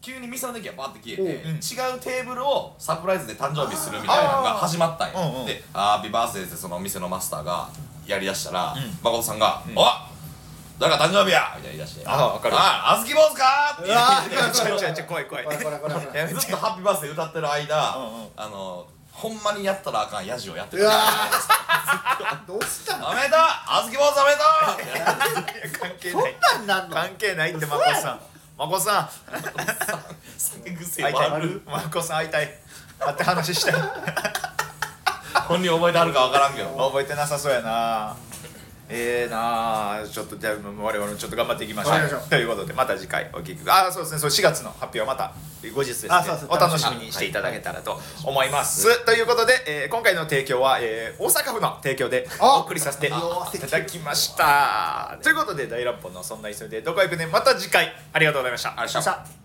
[SPEAKER 2] 急に店の時はバーって消えて、
[SPEAKER 1] うん
[SPEAKER 2] 違うテーブルをサプライズで誕生日するみたいなのが始まったんや
[SPEAKER 1] うんうん
[SPEAKER 2] で「あービバースデー」ってそのお店のマスターがやりだしたら、
[SPEAKER 1] ん
[SPEAKER 2] 誠さんが「
[SPEAKER 1] ん
[SPEAKER 2] おっ誰か誕生日や!」みたいな言い出して「
[SPEAKER 1] あーわかる
[SPEAKER 2] ああずき坊主か!」って言って
[SPEAKER 3] あ
[SPEAKER 1] えーちょいちょいちょい怖い怖い
[SPEAKER 3] これこれこれこれ
[SPEAKER 1] やめ
[SPEAKER 2] ずってと「ハッピーバースデー」歌ってる間、
[SPEAKER 1] うんうん
[SPEAKER 2] あのほんまにやったらあかんヤジをや って
[SPEAKER 3] う
[SPEAKER 2] た
[SPEAKER 3] わ
[SPEAKER 2] 「
[SPEAKER 3] ーどうしたの
[SPEAKER 2] おめでとうあずき坊主おめでとう!」みたいな
[SPEAKER 1] 関係
[SPEAKER 3] そん
[SPEAKER 1] ない
[SPEAKER 3] なんなんの
[SPEAKER 1] 関係ないってまこさんまこさん
[SPEAKER 2] 酒癖
[SPEAKER 1] 会いた
[SPEAKER 2] 悪
[SPEAKER 1] い
[SPEAKER 2] る
[SPEAKER 1] まこさん会いたい会って話したい
[SPEAKER 2] 本人覚えてあるかわからんけど
[SPEAKER 1] 覚えてなさそうやなええなあちょっとじゃあ我々もちょっと頑張っていきましょう
[SPEAKER 3] 頑張りましょう
[SPEAKER 1] ということでまた次回お聞きくああそうですねそう4月の発表はまた後日ですね
[SPEAKER 3] あそうそう
[SPEAKER 1] お楽しみにしていただけたらと思います、ということで、えー今回の提供は、えー大阪府の提供で
[SPEAKER 3] あ
[SPEAKER 1] お送りさせていただきましたということで大乱歩のそんな急いでどこ行くねまた次回ありがとうございましたありがとうございました